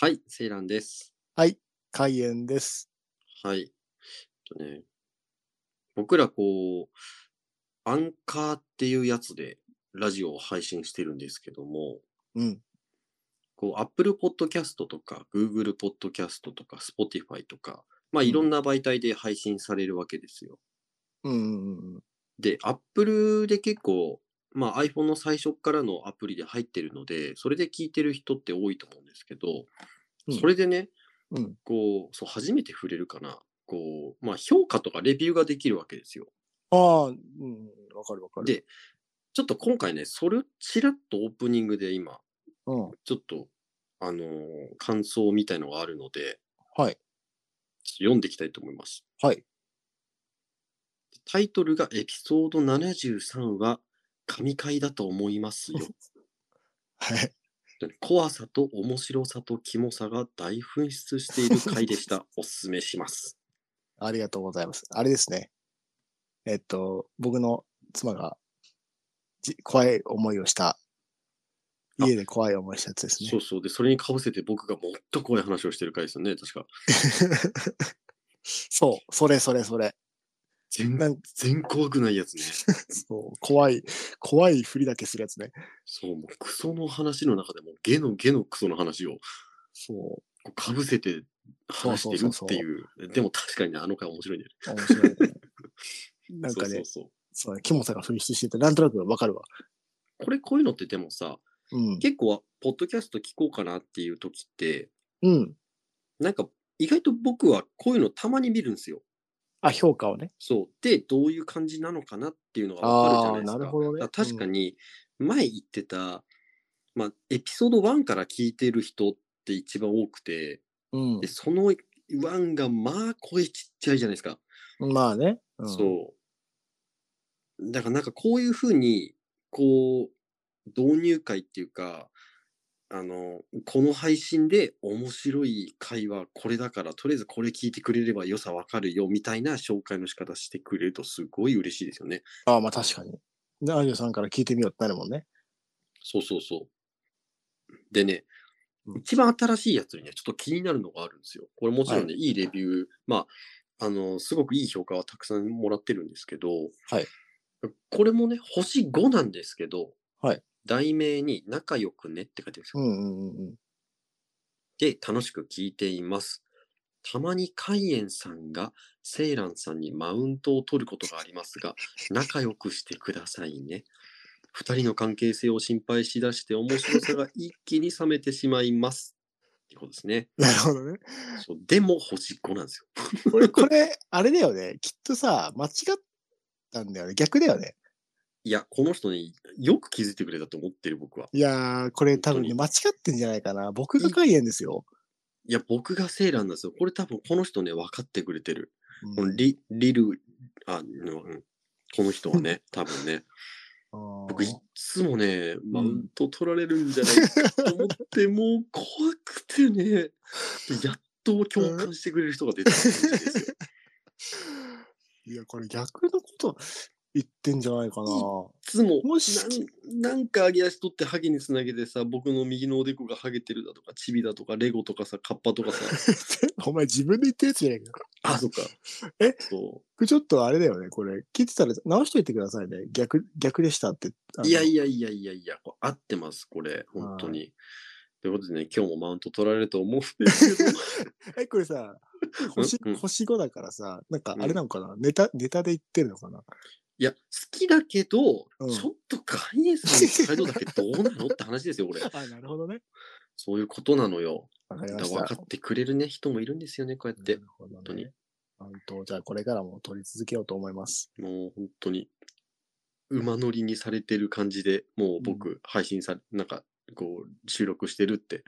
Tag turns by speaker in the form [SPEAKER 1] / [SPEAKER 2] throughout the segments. [SPEAKER 1] はい、セイランです。
[SPEAKER 2] はい、開演です。
[SPEAKER 1] はい。えっとね、僕らこう、アンカーっていうやつでラジオを配信してるんですけども、
[SPEAKER 2] うん。
[SPEAKER 1] こう、Apple Podcast とか Google Podcast とか Spotify とか、まあ
[SPEAKER 2] うん
[SPEAKER 1] いろんな媒体で配信されるわけですよ。
[SPEAKER 2] うんうんうん。
[SPEAKER 1] で、Apple で結構、まあ iPhone の最初からのアプリで入ってるので、それで聞いてる人って多いと思うんですけど、
[SPEAKER 2] うん
[SPEAKER 1] それでね、
[SPEAKER 2] うん。
[SPEAKER 1] こう、そう、初めて触れるかな。こう、まあ、評価とかレビューができるわけですよ。
[SPEAKER 2] ああ、うん。わかるわかる。
[SPEAKER 1] で、ちょっと今回ね、それをちらっとオープニングで今、
[SPEAKER 2] うん。
[SPEAKER 1] ちょっと、あのー感想みたいのがあるので、
[SPEAKER 2] は
[SPEAKER 1] ちょっ
[SPEAKER 2] い。
[SPEAKER 1] と読んでいきたいと思います。
[SPEAKER 2] はい。
[SPEAKER 1] タイトルがエピソード73は、神回だと思います よ。
[SPEAKER 2] はい。
[SPEAKER 1] 怖さと面白さとキモさが大噴出している回でした。おすすめします。
[SPEAKER 2] ありがとうございます。あれですね。えっと、僕の妻がじ怖い思いをした、
[SPEAKER 1] あ
[SPEAKER 2] 家で怖い思いしたやつですね。
[SPEAKER 1] そうそう。で、それにかぶせて僕がもっと怖い話をしてる回ですよね、確か。
[SPEAKER 2] そう、それそれそれ。
[SPEAKER 1] 全
[SPEAKER 2] なん
[SPEAKER 1] 然怖くないやつね。
[SPEAKER 2] そう怖い、怖いふりだけするやつね。
[SPEAKER 1] そう、もうクソの話の中でも、ゲのゲのクソの話を
[SPEAKER 2] そ
[SPEAKER 1] こうかぶせて話してるっていう。でも確かにね、あの回面白いね。
[SPEAKER 2] う、面白い、ね。なんかね、
[SPEAKER 1] そうそうそ
[SPEAKER 2] そうキモさが噴出してて、なんとなくわかるわ。
[SPEAKER 1] う。これ、こういうのってでもさ、
[SPEAKER 2] うん。
[SPEAKER 1] 結構、ポッドキャスト聞こうかなっていう時って、
[SPEAKER 2] うん。
[SPEAKER 1] なんか、意外と僕はこういうのたまに見るんですよ。
[SPEAKER 2] あ、評価をね。
[SPEAKER 1] そう。で、どういう感じなのかなっていうのがわかるじゃないですか。
[SPEAKER 2] あーなるほどね
[SPEAKER 1] だから確かに、前言ってた、まあ、エピソード1から聞いてる人って一番多くて、
[SPEAKER 2] うん
[SPEAKER 1] で、。その1が、まあ、声ちっちゃいじゃないですか。
[SPEAKER 2] まあね。うん、
[SPEAKER 1] そう。だから、なんかこういうふうに、こう、導入会っていうか、あの、この配信で面白い会話これだから、とりあえずこれ聞いてくれれば良さわかるよ、みたいな紹介の仕方してくれるとすごい嬉しいですよね。
[SPEAKER 2] ああ、まあ確かに。で、アジュさんから聞いてみようってなるもんね。
[SPEAKER 1] そうそうそう。でね、
[SPEAKER 2] うん
[SPEAKER 1] 一番新しいやつにね、ちょっと気になるのがあるんですよ。これもちろんね、いいレビュー、まあ、あの、すごくいい評価はたくさんもらってるんですけど、
[SPEAKER 2] はい
[SPEAKER 1] これもね、星5なんですけど、
[SPEAKER 2] はい
[SPEAKER 1] 題名に仲良くねって書いてるんです
[SPEAKER 2] う
[SPEAKER 1] よ。
[SPEAKER 2] んうんうんうん。
[SPEAKER 1] で、楽しく聞いています。たまにカイエンさんがセイランさんにマウントを取ることがありますが、仲良くしてくださいね。二人の関係性を心配しだして面白さが一気に冷めてしまいます。ってことですね。
[SPEAKER 2] なるほどね。
[SPEAKER 1] そうでも星5なんですよ。
[SPEAKER 2] これ、これ、あれだよね。きっとさ、間違ったんだよね。逆だよね。
[SPEAKER 1] いや、この人によく気づいてくれたと思ってる僕は。
[SPEAKER 2] いやー、これ多
[SPEAKER 1] 本
[SPEAKER 2] 分
[SPEAKER 1] 当
[SPEAKER 2] ね、
[SPEAKER 1] に
[SPEAKER 2] 間違ってんじゃないかな。僕が開演ですよ。
[SPEAKER 1] いや、僕がセイランなんですよ。これ多分この人ね、分かってくれてる。こ
[SPEAKER 2] う
[SPEAKER 1] の
[SPEAKER 2] ん
[SPEAKER 1] リ、リル、あ、のうんこの人はね、多分ね。
[SPEAKER 2] あー
[SPEAKER 1] 僕いっつもね、マウント取られるんじゃないかと思って、もう怖くてね、でやっと共感してくれる人が出てきた感じ ですよ。
[SPEAKER 2] いや、これ逆のこと言ってんじゃないかな。
[SPEAKER 1] いつも
[SPEAKER 2] もし
[SPEAKER 1] なんなんか上げ足取ってハゲにつなげてさ、僕の右のおでこがハゲてるだとか、チビだとか、レゴとかさ、カッパとかさ、
[SPEAKER 2] お前自分で言ってるやつじゃないか。
[SPEAKER 1] あ、そっか。
[SPEAKER 2] え
[SPEAKER 1] そ
[SPEAKER 2] これちょっとあれだよね。これ、聞いてたら直しといてくださいね。逆、逆でしたって。あ
[SPEAKER 1] う。
[SPEAKER 2] の
[SPEAKER 1] いやいやいやいやいや、こう合ってます、これ、本当に。ということでね、今日もマウント取られると思うんですけど、
[SPEAKER 2] え、これさ、星
[SPEAKER 1] うん
[SPEAKER 2] 星5だからさ、なんかあれなのかな、ネタ、ネタで言ってるのかない
[SPEAKER 1] や、好きだけど、
[SPEAKER 2] うん
[SPEAKER 1] ちょっとカニエさんの態度だけどうなのって話ですよ、こ れ。
[SPEAKER 2] あ、なるほどね。
[SPEAKER 1] そういうことなのよ。
[SPEAKER 2] わかり
[SPEAKER 1] だ
[SPEAKER 2] ま
[SPEAKER 1] から
[SPEAKER 2] し
[SPEAKER 1] 分
[SPEAKER 2] た。
[SPEAKER 1] かってくれるね、人もいるんですよね、こうやっ
[SPEAKER 2] な
[SPEAKER 1] て
[SPEAKER 2] る。ほ
[SPEAKER 1] 当
[SPEAKER 2] ど
[SPEAKER 1] に
[SPEAKER 2] ね。本当、じゃあこれからも撮り続けようと思います。
[SPEAKER 1] もう本当に、馬乗りにされてる感じでもう僕、配信さ、なんか、こう、収録してるって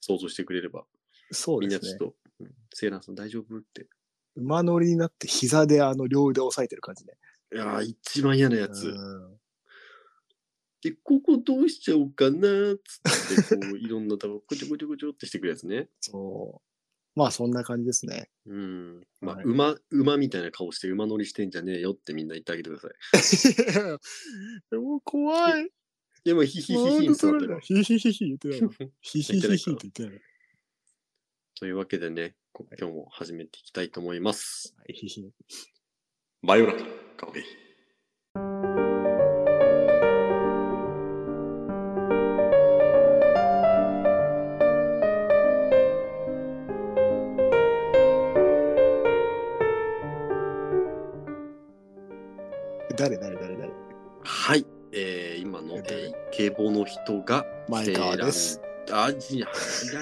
[SPEAKER 1] 想像してくれれば、
[SPEAKER 2] そう
[SPEAKER 1] みん
[SPEAKER 2] で
[SPEAKER 1] なち
[SPEAKER 2] す
[SPEAKER 1] ょっ
[SPEAKER 2] ね。
[SPEAKER 1] と、うんセイランさん大丈夫って。
[SPEAKER 2] 馬乗りになって膝であの両腕を押さえてる感じね。
[SPEAKER 1] いやー、一番嫌なやつ。
[SPEAKER 2] うん
[SPEAKER 1] で、ここどうしちゃおうかな、つって、こう、 いろんな多分、ごちょごちょごちょってしてくるやつね。
[SPEAKER 2] そう。まあそんな感じですね。
[SPEAKER 1] うん。まあ、
[SPEAKER 2] はい
[SPEAKER 1] 馬、馬みたいな顔して馬乗りしてんじゃねえよってみんな言ってあげてください。
[SPEAKER 2] もう怖い。
[SPEAKER 1] でも、ヒヒヒ
[SPEAKER 2] マウン
[SPEAKER 1] ヒ
[SPEAKER 2] ト
[SPEAKER 1] に座っ
[SPEAKER 2] 取
[SPEAKER 1] てる
[SPEAKER 2] られた。ヒヒヒヒ言ってないの。ヒヒヒヒ
[SPEAKER 1] 言
[SPEAKER 2] っ
[SPEAKER 1] って
[SPEAKER 2] 言ってないの。
[SPEAKER 1] というわけでね、こ今日も始めていきたいと思います。
[SPEAKER 2] はい
[SPEAKER 1] 真夜中、カフェイン。
[SPEAKER 2] 誰誰誰誰
[SPEAKER 1] はい、えー、今の、えー、警棒の人が
[SPEAKER 2] 前川です。
[SPEAKER 1] あじ違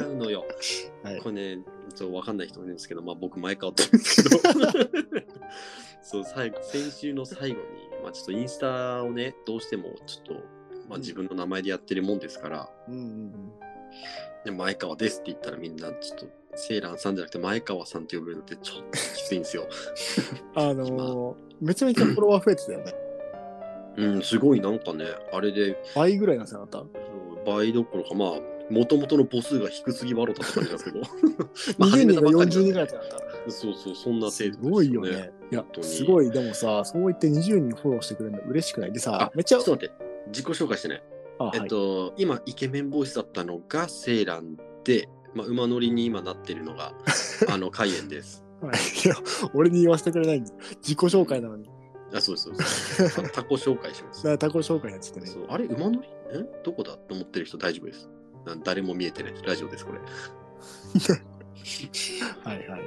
[SPEAKER 1] うのよ。
[SPEAKER 2] はい
[SPEAKER 1] これね、ちょっとわかんない人もいるんですけど、まあ僕前川って言うんですけど。 そう最後先週の最後に、まあ、ちょっとインスタをね、どうしてもちょっと、まあ、自分の名前でやってるもんですから、
[SPEAKER 2] うんうん
[SPEAKER 1] で前川ですって言ったらみんなちょっと、セイランさんじゃなくて前川さんって呼ぶのってちょっときついんですよ。
[SPEAKER 2] うん。 あのー、めちゃめちゃフォロワー増えてたよ ね。
[SPEAKER 1] うん、すごいなんかね、あれで
[SPEAKER 2] 倍ぐらいなんじゃなかっ
[SPEAKER 1] そう倍どころかまあもともとの母数が低すぎ笑ったって感じなん ですけど
[SPEAKER 2] た。
[SPEAKER 1] まあ
[SPEAKER 2] 20
[SPEAKER 1] 始め
[SPEAKER 2] 人
[SPEAKER 1] た
[SPEAKER 2] が
[SPEAKER 1] ばっか
[SPEAKER 2] 40
[SPEAKER 1] り
[SPEAKER 2] 人ぐらいじゃなかっ
[SPEAKER 1] そうそうそんな程
[SPEAKER 2] た。す
[SPEAKER 1] 度です
[SPEAKER 2] ごいよね。いや
[SPEAKER 1] 本、当に
[SPEAKER 2] すごい。でもさ、そう言って20人フォローしてくれるの嬉しくないでさ
[SPEAKER 1] あ、
[SPEAKER 2] めっち
[SPEAKER 1] ち
[SPEAKER 2] ゃ
[SPEAKER 1] ょっ、と待って自己紹介してね、
[SPEAKER 2] あ、はい
[SPEAKER 1] えっと今イケメンボイスだったのがセイランで、まあ、馬乗りに今なってるの があのカイエンです
[SPEAKER 2] はいいや、俺に言わせてくれないんだ。自己紹介なのに。
[SPEAKER 1] あそうですそう ですあのタコ紹介します
[SPEAKER 2] なタコ紹介やっつってね。
[SPEAKER 1] そうあれ馬乗りんどこだと思ってる人大丈夫ですな誰も見えてないラジオです これ
[SPEAKER 2] はいはい。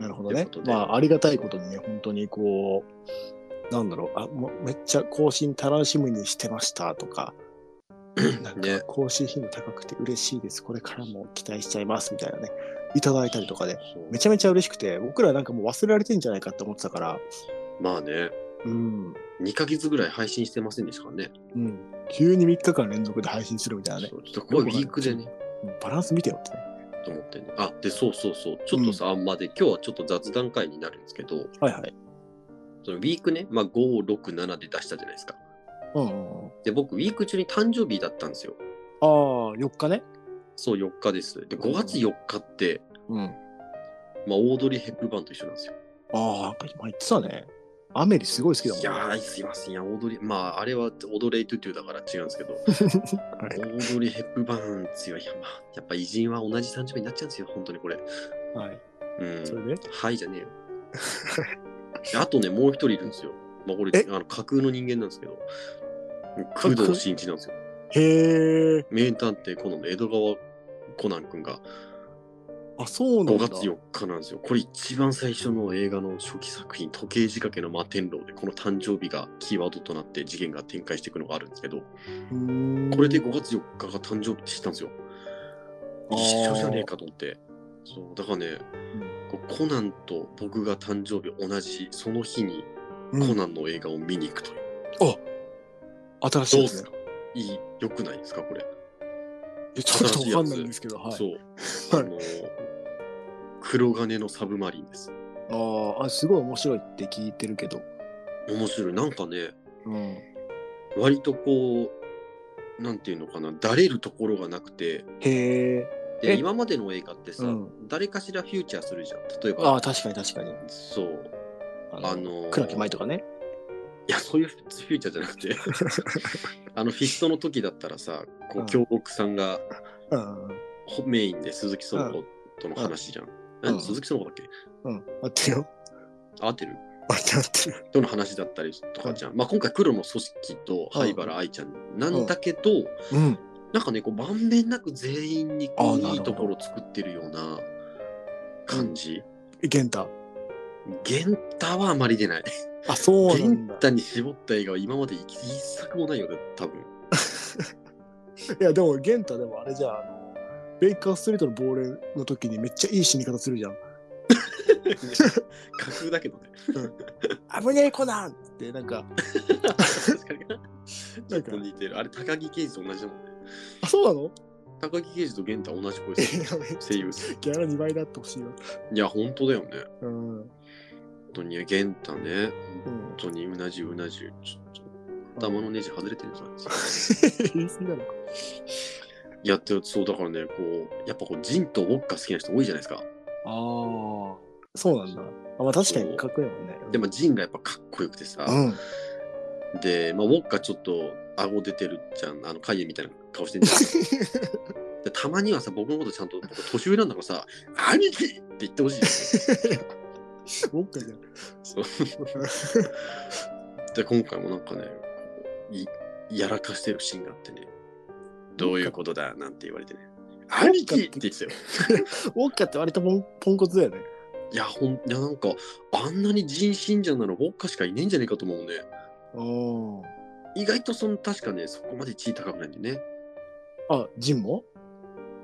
[SPEAKER 2] なるほどね
[SPEAKER 1] ということ。で
[SPEAKER 2] まあ、ありがたいことにね、本当にこう、なんだろう、あ、もうめっちゃ更新楽しみにしてました とか、なん
[SPEAKER 1] ね
[SPEAKER 2] か更新頻度高くて嬉しいです。これからも期待しちゃいますみたいなね、いただいたりとかで、
[SPEAKER 1] そう
[SPEAKER 2] めちゃめちゃ嬉しくて、僕らなんかもう忘れられてんじゃないかって思ってたから、
[SPEAKER 1] まあね
[SPEAKER 2] うん。
[SPEAKER 1] 2ヶ月ぐらい配信してませんでしたからね
[SPEAKER 2] うん。急に3日間連続で配信するみたいなね
[SPEAKER 1] そ。うちょっとこれウィークでね
[SPEAKER 2] うんバランス見てよってね。
[SPEAKER 1] と思ってね。あ、で、そうそうそう。ちょっとさ、あんまで、今日はちょっと雑談会になるんですけど、
[SPEAKER 2] はいはい。
[SPEAKER 1] そのウィークね、まあ、5、6、7で出したじゃないですか。
[SPEAKER 2] うんうんうん。
[SPEAKER 1] で、僕、ウィーク中に誕生日だったんですよ。
[SPEAKER 2] ああ、4日ね。
[SPEAKER 1] そう、4日です。で、5月4日って、
[SPEAKER 2] うん。
[SPEAKER 1] まあ、オードリー・ヘップバーンと一緒なんですよ。
[SPEAKER 2] ああ、なんか今言ってたね。アメリすごい好きだもん
[SPEAKER 1] い
[SPEAKER 2] ね。
[SPEAKER 1] やー、すいません。いや、オードリー、まあ、あれはオドレイ・トゥトゥだから違うんですけど、
[SPEAKER 2] は
[SPEAKER 1] オードリー・ヘップバーン強い。いや、まあ、やっぱ偉人は同じ誕生日になっちゃうんですよ、本当にこれ。
[SPEAKER 2] い。はい。
[SPEAKER 1] う
[SPEAKER 2] そ
[SPEAKER 1] ん。
[SPEAKER 2] れで
[SPEAKER 1] はいじゃねえよ。であとね、もう一人いるんですよ。まあ、これ
[SPEAKER 2] え、
[SPEAKER 1] あの架空の人間なんですけど、工
[SPEAKER 2] 空
[SPEAKER 1] 藤新一なんですよ。
[SPEAKER 2] へえ。
[SPEAKER 1] 名探偵コナンの江戸川コナン君が
[SPEAKER 2] あ、そうなん
[SPEAKER 1] 5
[SPEAKER 2] だ。
[SPEAKER 1] 月4日なんですよ。これ一番最初の映画の初期作品、時計仕掛けの摩天楼で、この誕生日がキーワードとなって事件が展開していくのがあるんですけど、
[SPEAKER 2] うーん
[SPEAKER 1] これで5月4日が誕生日って知ったんですよ。
[SPEAKER 2] あー
[SPEAKER 1] 一緒じゃねえかと思って。そう、だからね、こうコナンと僕が誕生日同じ、その日に
[SPEAKER 2] う
[SPEAKER 1] コ
[SPEAKER 2] ん、
[SPEAKER 1] ナンの映画を見に行くという。
[SPEAKER 2] 新しい
[SPEAKER 1] どうで
[SPEAKER 2] で
[SPEAKER 1] すす
[SPEAKER 2] ね
[SPEAKER 1] か。いい、良くないですか、これ。
[SPEAKER 2] えちょっとわかんないんですけど、 はい。
[SPEAKER 1] そう。あの、黒金のサブマリンです。
[SPEAKER 2] あーあ、すごい面白いって聞いてるけど。
[SPEAKER 1] 面白い。なんかね、
[SPEAKER 2] うん。
[SPEAKER 1] 割とこう、なんていうのかな、だれるところがなくて、
[SPEAKER 2] へえ。え
[SPEAKER 1] で今までの映画ってさ、
[SPEAKER 2] うん
[SPEAKER 1] 誰かしらフューチャーするじゃん。例え
[SPEAKER 2] あ
[SPEAKER 1] ば
[SPEAKER 2] あ、、確かに確かに。
[SPEAKER 1] そう、
[SPEAKER 2] あ
[SPEAKER 1] あのー
[SPEAKER 2] 倉木舞とかね。
[SPEAKER 1] いや、そういうフューチャーじゃなく て、あの、フィストの時だったらさ、こ
[SPEAKER 2] う
[SPEAKER 1] う、
[SPEAKER 2] ん
[SPEAKER 1] 京極さんが
[SPEAKER 2] うん。
[SPEAKER 1] ほメインで鈴木園子との話じゃん。何
[SPEAKER 2] うん
[SPEAKER 1] 鈴木園子だっけ
[SPEAKER 2] うん。待ってよ。
[SPEAKER 1] あ合ってる
[SPEAKER 2] 待って待って。
[SPEAKER 1] との話だったりとかじゃん。まあ、今回黒の組織と灰原愛ちゃんなんだけど、
[SPEAKER 2] うん。
[SPEAKER 1] なんかね、こう、まんべんなく全員に
[SPEAKER 2] あ
[SPEAKER 1] こ
[SPEAKER 2] ー
[SPEAKER 1] う
[SPEAKER 2] なるほ
[SPEAKER 1] い
[SPEAKER 2] ど
[SPEAKER 1] いところを作ってるような感じ。
[SPEAKER 2] 玄太。
[SPEAKER 1] 源太はあまり出ない。
[SPEAKER 2] あ、そうなん
[SPEAKER 1] 源
[SPEAKER 2] だ。
[SPEAKER 1] 太に絞った映画は今まで一一作もないよね、多 分。
[SPEAKER 2] いや、でも玄太でもあれじゃんあの、ベイカーストリートの亡霊の時にめっちゃいい死に方するじゃん。
[SPEAKER 1] 架空だけ どね。
[SPEAKER 2] 危ねえコナンってなんか、
[SPEAKER 1] 確かに。ちょっと似てる。あれ、高木刑事と同じだもんね。
[SPEAKER 2] あ、そうな の
[SPEAKER 1] 高木刑事と源太同じ声
[SPEAKER 2] い
[SPEAKER 1] でする。
[SPEAKER 2] やめっちゃ
[SPEAKER 1] 声優さ
[SPEAKER 2] ギャラ2倍だってほしいわ。
[SPEAKER 1] ん。いや、本当だよね。
[SPEAKER 2] うん。うん。
[SPEAKER 1] 本当に、源太ね。本当にうなじうなじ。ちょっと頭のネジ外れてるじゃないですか。
[SPEAKER 2] 言い過ぎだろ。
[SPEAKER 1] いやって、そうだからね、こう、やっぱこう、ジンとウォッカ好きな人多いじゃないですか。
[SPEAKER 2] ああ。そうなんだ。あまあ確かにかっこいいもんね。
[SPEAKER 1] でも、ジンがやっぱかっこよくてさ。
[SPEAKER 2] うん。
[SPEAKER 1] で、まあ、ウォッカちょっと顎出てるじゃん。あの、カイエみたいな顔してんじゃん。でたまにはさ、僕のことちゃんと、僕年上なんだからさ、兄貴って言ってほしいよ。
[SPEAKER 2] 僕じゃん。
[SPEAKER 1] そうで、今回もなんかね、いやらかしてるシーンがあってね、どういうことだなんて言われてね、兄貴って言ってたよ。
[SPEAKER 2] ウォッカって割とポンポンコツだよね。
[SPEAKER 1] いや、ほん、いや、なんか、あんなに人信者なの、ウォッカしかいねえんじゃねえかと思うね。
[SPEAKER 2] お
[SPEAKER 1] 意外とその、確かね、そこまで地位高くないんだよね。
[SPEAKER 2] あ、ジンも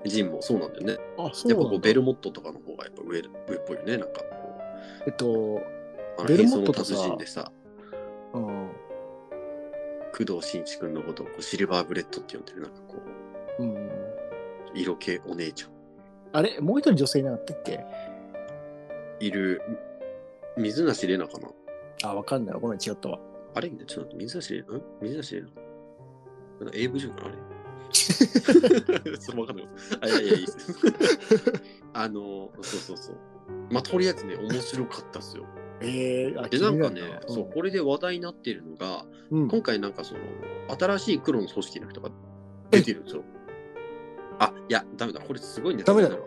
[SPEAKER 1] ジンもそうなんだよね。
[SPEAKER 2] あ、そう
[SPEAKER 1] やっぱ
[SPEAKER 2] な
[SPEAKER 1] こ
[SPEAKER 2] んだ
[SPEAKER 1] う、ベルモットとかの方がやっぱ上、上っぽいよね。なんかこ
[SPEAKER 2] えっと、
[SPEAKER 1] う、あの
[SPEAKER 2] ベルモット
[SPEAKER 1] 変
[SPEAKER 2] とさ
[SPEAKER 1] 装の達人でさ、
[SPEAKER 2] うん、
[SPEAKER 1] 工藤新一君のことをこうシルバーブレッドって呼んでる、なんかこう、
[SPEAKER 2] うん。
[SPEAKER 1] 色気お姉ちゃん。
[SPEAKER 2] あれもう一人女性いなかったっけ
[SPEAKER 1] いる、み水無玲奈かな
[SPEAKER 2] あ、わかんない。ごめん、違ったわ。
[SPEAKER 1] あれちょっと待って、水無玲奈ん水無玲奈 ?AV 女優 かなあれそうわかんない。あ、いやいや、いいです。あの、そうそうそう。まあ、とりあえずね、面白かったっすよ。
[SPEAKER 2] えー、あ、
[SPEAKER 1] で、
[SPEAKER 2] 気
[SPEAKER 1] なん
[SPEAKER 2] に
[SPEAKER 1] か
[SPEAKER 2] る
[SPEAKER 1] ね、そう、これで話題になっているのが、
[SPEAKER 2] うん。
[SPEAKER 1] 今回なんかその、新しい黒の組織の人が出てるんですよ。あ、いや、ダメだ。これすごいね。
[SPEAKER 2] ダメだ
[SPEAKER 1] よ。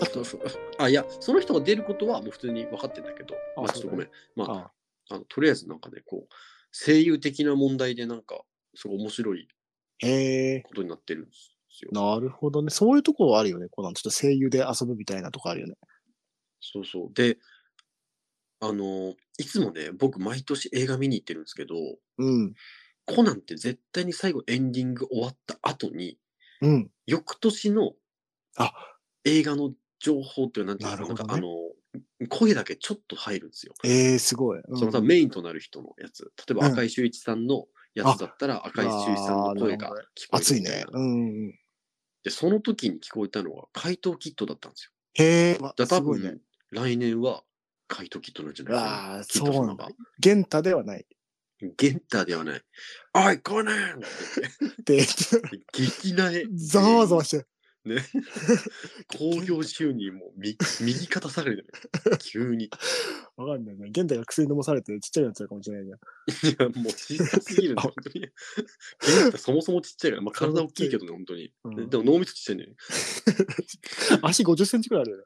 [SPEAKER 1] あと、そうあ、いや、その人が出ることはもう普通に分かってんだけど、
[SPEAKER 2] あ
[SPEAKER 1] まあ、ちょっとごめん。まあ、
[SPEAKER 2] あ
[SPEAKER 1] あのとりあえずなんかねこう声優的な問題でなんかすごい面白い
[SPEAKER 2] へえ
[SPEAKER 1] ことになってるんですよ。
[SPEAKER 2] なるほどね。そういうところあるよね。こうなんちょっと声優で遊ぶみたいなとこあるよね。
[SPEAKER 1] そうそうであのいつもね僕毎年映画見に行ってるんですけど
[SPEAKER 2] うん。
[SPEAKER 1] コナンって絶対に最後エンディング終わった後に
[SPEAKER 2] うん。
[SPEAKER 1] 翌年の
[SPEAKER 2] あ
[SPEAKER 1] 映画の情報っていうのはなんていうのかな
[SPEAKER 2] なる
[SPEAKER 1] んかあの声だけちょっと入るんですよ。
[SPEAKER 2] えー、すごい。うん
[SPEAKER 1] その多分メインとなる人のやつ例えば
[SPEAKER 2] うん
[SPEAKER 1] 赤井秀一さんのやつだったら赤井秀一さんの声が聞こえ
[SPEAKER 2] 熱
[SPEAKER 1] る
[SPEAKER 2] い
[SPEAKER 1] みたい
[SPEAKER 2] ね
[SPEAKER 1] な。。
[SPEAKER 2] うん。
[SPEAKER 1] で、その時に聞こえたのは怪盗キットだったんですよ。
[SPEAKER 2] へえ、わ
[SPEAKER 1] だから
[SPEAKER 2] す
[SPEAKER 1] 多
[SPEAKER 2] ご
[SPEAKER 1] 分、
[SPEAKER 2] いね。
[SPEAKER 1] 来年は怪盗キットなんじゃないかな。
[SPEAKER 2] ああ、
[SPEAKER 1] キット
[SPEAKER 2] そうな
[SPEAKER 1] 様
[SPEAKER 2] んだ
[SPEAKER 1] が。。
[SPEAKER 2] 元太ではない。
[SPEAKER 1] ゲンターではない。おい、コナンって
[SPEAKER 2] で、。
[SPEAKER 1] 言って激なえ
[SPEAKER 2] ざわざわしてる。
[SPEAKER 1] ね。興行収入もみ右肩下がりだね。急に。い
[SPEAKER 2] わかんないね。元太が薬飲まされてちっちゃいやつだかもしれないじゃん。
[SPEAKER 1] や、もう小さすぎるね、本当に。ゲンタそもそもちっちゃいから、まあ、体大きいけどね、本当に。
[SPEAKER 2] うん
[SPEAKER 1] でも脳みそちっちゃいね。
[SPEAKER 2] 足50センチくらいあるよね。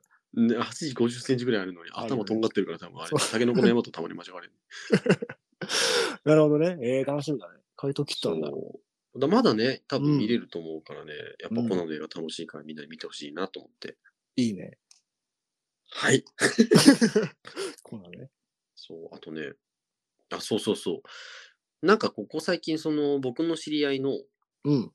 [SPEAKER 1] ね、8 50センチぐらいあるのに、
[SPEAKER 2] あるよね
[SPEAKER 1] 頭とんがってるから、多分あ
[SPEAKER 2] そう
[SPEAKER 1] れ、タケノコの山とたまに間違われる。
[SPEAKER 2] なるほどね。ええ、楽しみだね。回答切ったんだ。
[SPEAKER 1] そうだまだね、多
[SPEAKER 2] うん
[SPEAKER 1] 分見れると思うからね、やっぱ
[SPEAKER 2] うん
[SPEAKER 1] コナンの映画楽しいからみんなに見てほしいなと思って。
[SPEAKER 2] いいね。
[SPEAKER 1] はい。
[SPEAKER 2] こうだね。
[SPEAKER 1] そう、あとね、あ、そうそうそう。なんかここ最近、その僕の知り合いの、
[SPEAKER 2] うん。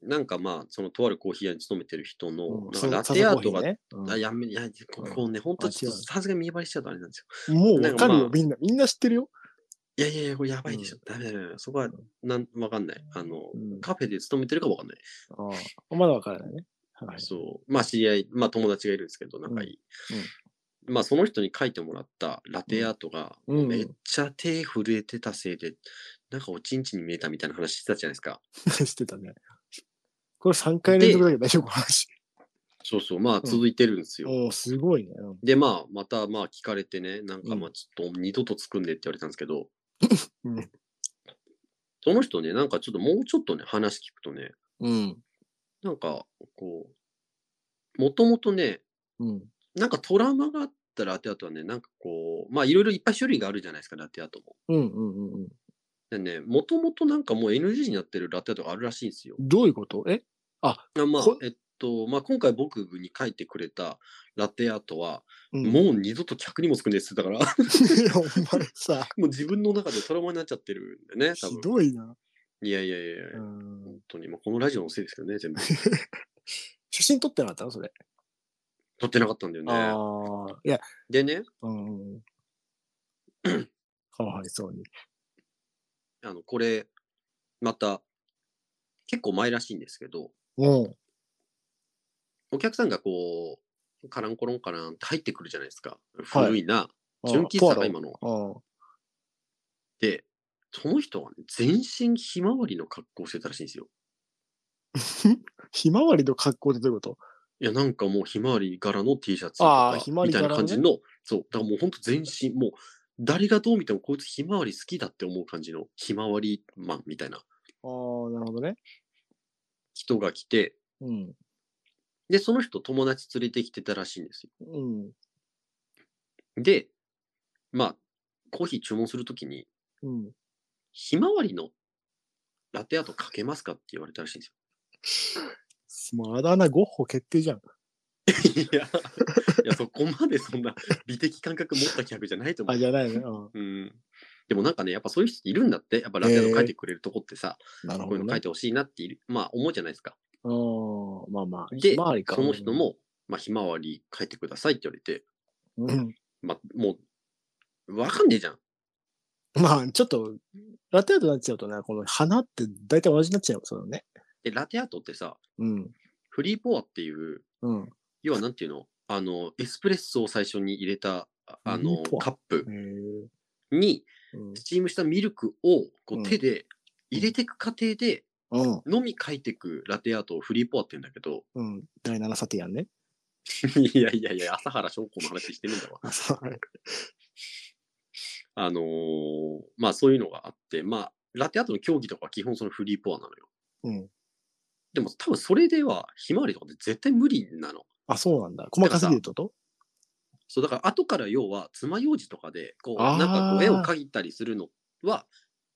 [SPEAKER 1] なんかまあ、そのとあるコーヒー屋に勤めてる人の、
[SPEAKER 2] うん
[SPEAKER 1] なんかラテアートが、。
[SPEAKER 2] そう
[SPEAKER 1] あ、やめ、いや、ここね、本当ちょっ
[SPEAKER 2] あ違う
[SPEAKER 1] とさすがに見栄えしちゃうとあれなんですよ。
[SPEAKER 2] もうわかる
[SPEAKER 1] なんかま
[SPEAKER 2] よ、
[SPEAKER 1] あ
[SPEAKER 2] みんな。みんな知ってるよ。
[SPEAKER 1] いやいやいや、これやばいでしょ。ダメだよ、ダメだよそこは、なん、わかんない。あの、
[SPEAKER 2] うん
[SPEAKER 1] カフェで勤めてるかわかんない。
[SPEAKER 2] ああまだわからないね。はい。
[SPEAKER 1] そう。まあ知り合い、まあ友達がいるんですけど、仲いい。まあその人に書いてもらったラテアートが、
[SPEAKER 2] うん
[SPEAKER 1] めっちゃ手震えてたせいで、なんかおちんちんに見えたみたいな話してたじゃないですか。
[SPEAKER 2] してたね。これ3回連続だけど大丈夫この話。
[SPEAKER 1] そうそう、まあ
[SPEAKER 2] ん
[SPEAKER 1] 続いてるんですよ。
[SPEAKER 2] おおすごいね。うん
[SPEAKER 1] で、まあまたまあ聞かれてね、なんか
[SPEAKER 2] うん
[SPEAKER 1] まあちょっと二度と作んでって言われたんですけど、
[SPEAKER 2] うん
[SPEAKER 1] その人ね、なんかちょっともうちょっとね、話聞くとね、
[SPEAKER 2] うん。
[SPEAKER 1] なんかこう、もともとね、
[SPEAKER 2] うん。
[SPEAKER 1] なんかトラウマがあったラテアートはね、なんかこう、まあいろいろいっぱい種類があるじゃないですか、ラテアートも。
[SPEAKER 2] うん。うん。うんうん。
[SPEAKER 1] でね、もともとなんかもう NG になってるラテアートがあるらしいんですよ。
[SPEAKER 2] どういうことえ
[SPEAKER 1] あまあ
[SPEAKER 2] こ、
[SPEAKER 1] えっと、まあ今回僕に書いてくれたラテアートは、
[SPEAKER 2] うん
[SPEAKER 1] もう二度と客にも作んねえって言ってたから、
[SPEAKER 2] いやお前さ、
[SPEAKER 1] もう自分の中でトラウマになっちゃってるんでね、多
[SPEAKER 2] ひ
[SPEAKER 1] 分。
[SPEAKER 2] どいな。
[SPEAKER 1] いやいやいやいや、
[SPEAKER 2] うん
[SPEAKER 1] 本当に、まあ、このラジオのせいですけどね、全 部。
[SPEAKER 2] 写真撮ってなかったのそれ。
[SPEAKER 1] 撮ってなかったんだよ
[SPEAKER 2] あ
[SPEAKER 1] ね。
[SPEAKER 2] あ。いや、
[SPEAKER 1] でね、
[SPEAKER 2] うんうん うん。かわいそうに。
[SPEAKER 1] あの、これ、また、結構前らしいんですけど、
[SPEAKER 2] うん。
[SPEAKER 1] お客さんがこう、カランコロンカランって入ってくるじゃないですか。
[SPEAKER 2] い
[SPEAKER 1] 古いな、純喫茶が今の。
[SPEAKER 2] の。
[SPEAKER 1] で、その人はね、全身ひまわりの格好をしてたらしいんですよ。
[SPEAKER 2] ひまわりの格好でどういうこと
[SPEAKER 1] いや、なんかもうひまわり柄の T シャツ
[SPEAKER 2] あー
[SPEAKER 1] と
[SPEAKER 2] ひまわ
[SPEAKER 1] かみ
[SPEAKER 2] り
[SPEAKER 1] たい
[SPEAKER 2] 柄
[SPEAKER 1] な
[SPEAKER 2] の
[SPEAKER 1] 感
[SPEAKER 2] ね
[SPEAKER 1] じの、そう、だからもうほんと全身、もう誰がどう見てもこいつひまわり好きだって思う感じのひまわりマンみたいな。
[SPEAKER 2] ああ、なるほどね。
[SPEAKER 1] 人が来て、
[SPEAKER 2] うん。
[SPEAKER 1] で、その人友達連れてきてたらしいんですよ。
[SPEAKER 2] うん。
[SPEAKER 1] で、まあ、コーヒー注文するときに、
[SPEAKER 2] うん。
[SPEAKER 1] ひまわりのラテアートかけますかって言われたらしいんです
[SPEAKER 2] もうあだ名ゴッホ決定じゃん。
[SPEAKER 1] よ。いや、いやそこまでそんな美的感覚持った客じゃないと思
[SPEAKER 2] あ、
[SPEAKER 1] う。
[SPEAKER 2] じゃないね。うん。
[SPEAKER 1] うん、でもなんかね、やっぱそういう人いるんだって、やっぱラテアート書いてくれるとこってさ、
[SPEAKER 2] なる
[SPEAKER 1] こ
[SPEAKER 2] ほ
[SPEAKER 1] うい
[SPEAKER 2] ど
[SPEAKER 1] うの書
[SPEAKER 2] ね
[SPEAKER 1] い。てほしいなっている、まあ思うじゃないですか。
[SPEAKER 2] うん。まあまあ。
[SPEAKER 1] で、
[SPEAKER 2] ひまわりか
[SPEAKER 1] その人。も、まあ、ひまわり書いてくださいって言われて、
[SPEAKER 2] うん。
[SPEAKER 1] まあ、もう、わかんねえじゃん。
[SPEAKER 2] まあ、ちょっと、ラテアートになっちゃうとね、この花って大体同じになっちゃう。そうだね。
[SPEAKER 1] で、ラテアートってさ、
[SPEAKER 2] うん。
[SPEAKER 1] フリーポアっていう、
[SPEAKER 2] うん。
[SPEAKER 1] 要はなんていうのあの、エスプレッソを最初に入れた、ああ
[SPEAKER 2] フリ
[SPEAKER 1] の
[SPEAKER 2] ーポ、ア
[SPEAKER 1] カップ
[SPEAKER 2] へえ。
[SPEAKER 1] に、
[SPEAKER 2] うん
[SPEAKER 1] スチームしたミルクをこ
[SPEAKER 2] うん
[SPEAKER 1] う手で入れていく過程で、
[SPEAKER 2] うん。
[SPEAKER 1] のみ書いていくラテアートをフリーポアって言うんだけど、
[SPEAKER 2] うん。第7サティアンね。
[SPEAKER 1] いやいやいや、朝原翔子の話してるんだわ。
[SPEAKER 2] あ、そう。あれ
[SPEAKER 1] あのーまあそういうのがあって、まあ、ラテアートの競技とかは基本そのフリーポアなのよ。
[SPEAKER 2] うん。
[SPEAKER 1] でも多分それではひまわりとかって絶対無理なの。
[SPEAKER 2] あ、そうなんだ。細かすぎるってこと
[SPEAKER 1] そうだから後から要は爪楊枝とかでこう
[SPEAKER 2] あー
[SPEAKER 1] なんかこう絵を描いたりするのは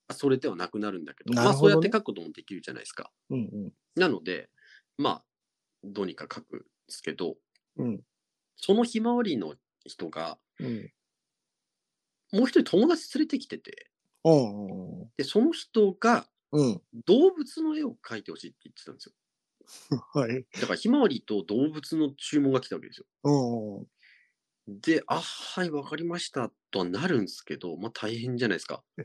[SPEAKER 1] あそれではなくなるんだけど
[SPEAKER 2] なる
[SPEAKER 1] まあ
[SPEAKER 2] ほ
[SPEAKER 1] そう
[SPEAKER 2] どね
[SPEAKER 1] やって描くこともできるじゃないですか。
[SPEAKER 2] うんうん。
[SPEAKER 1] なのでまあどうにか描くんですけど
[SPEAKER 2] うん。
[SPEAKER 1] そのひまわりの人が
[SPEAKER 2] うん。
[SPEAKER 1] もう一人友達連れてきてて
[SPEAKER 2] うんうんうん。
[SPEAKER 1] でその人が
[SPEAKER 2] うん。
[SPEAKER 1] 動物の絵を描いてほしいって言ってたんですよ。
[SPEAKER 2] はい。
[SPEAKER 1] だからひまわりと動物の注文が来たわけですよ。
[SPEAKER 2] うんうん。
[SPEAKER 1] で、あ、はい、わかりましたとはなるんですけど、まあ大変じゃないですか。
[SPEAKER 2] ラ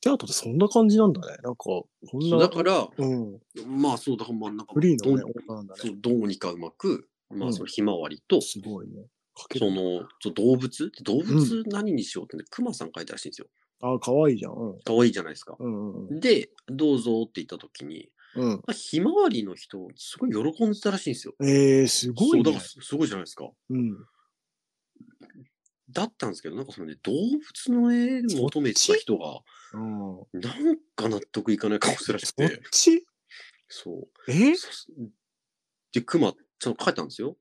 [SPEAKER 2] テアートってそんな感じなんだね。なんか、こん
[SPEAKER 1] そ
[SPEAKER 2] な。
[SPEAKER 1] うだから、
[SPEAKER 2] うん。
[SPEAKER 1] まあそうだから、まあなんか、
[SPEAKER 2] フリーのね、
[SPEAKER 1] どう
[SPEAKER 2] 女なんだ
[SPEAKER 1] そ
[SPEAKER 2] ね。
[SPEAKER 1] うどうにかうまく、ま
[SPEAKER 2] う
[SPEAKER 1] あ
[SPEAKER 2] ん
[SPEAKER 1] そのひまわりと、
[SPEAKER 2] すごいね。かけ
[SPEAKER 1] そ
[SPEAKER 2] る。
[SPEAKER 1] のそう動物動物何にしようってね、クマさん書いたらしいんですよ。
[SPEAKER 2] あ、かわいいじゃん。うん。
[SPEAKER 1] かわいいじゃないですか。
[SPEAKER 2] うんうんうん。
[SPEAKER 1] で、どうぞって言った時に、
[SPEAKER 2] うん。
[SPEAKER 1] まあひまわりの人、すごい喜んでたらしいんですよ。
[SPEAKER 2] えー、すごい
[SPEAKER 1] そうだか
[SPEAKER 2] ね
[SPEAKER 1] ら。すすごいじゃないですか。
[SPEAKER 2] うん。
[SPEAKER 1] だったんですけど、なんかそのね、動物の絵求めてた人が、
[SPEAKER 2] うん。
[SPEAKER 1] なんか納得いかない顔してらしく、
[SPEAKER 2] そってち
[SPEAKER 1] そう。
[SPEAKER 2] え
[SPEAKER 1] そで、クマ、ちゃんと書いたんですよ。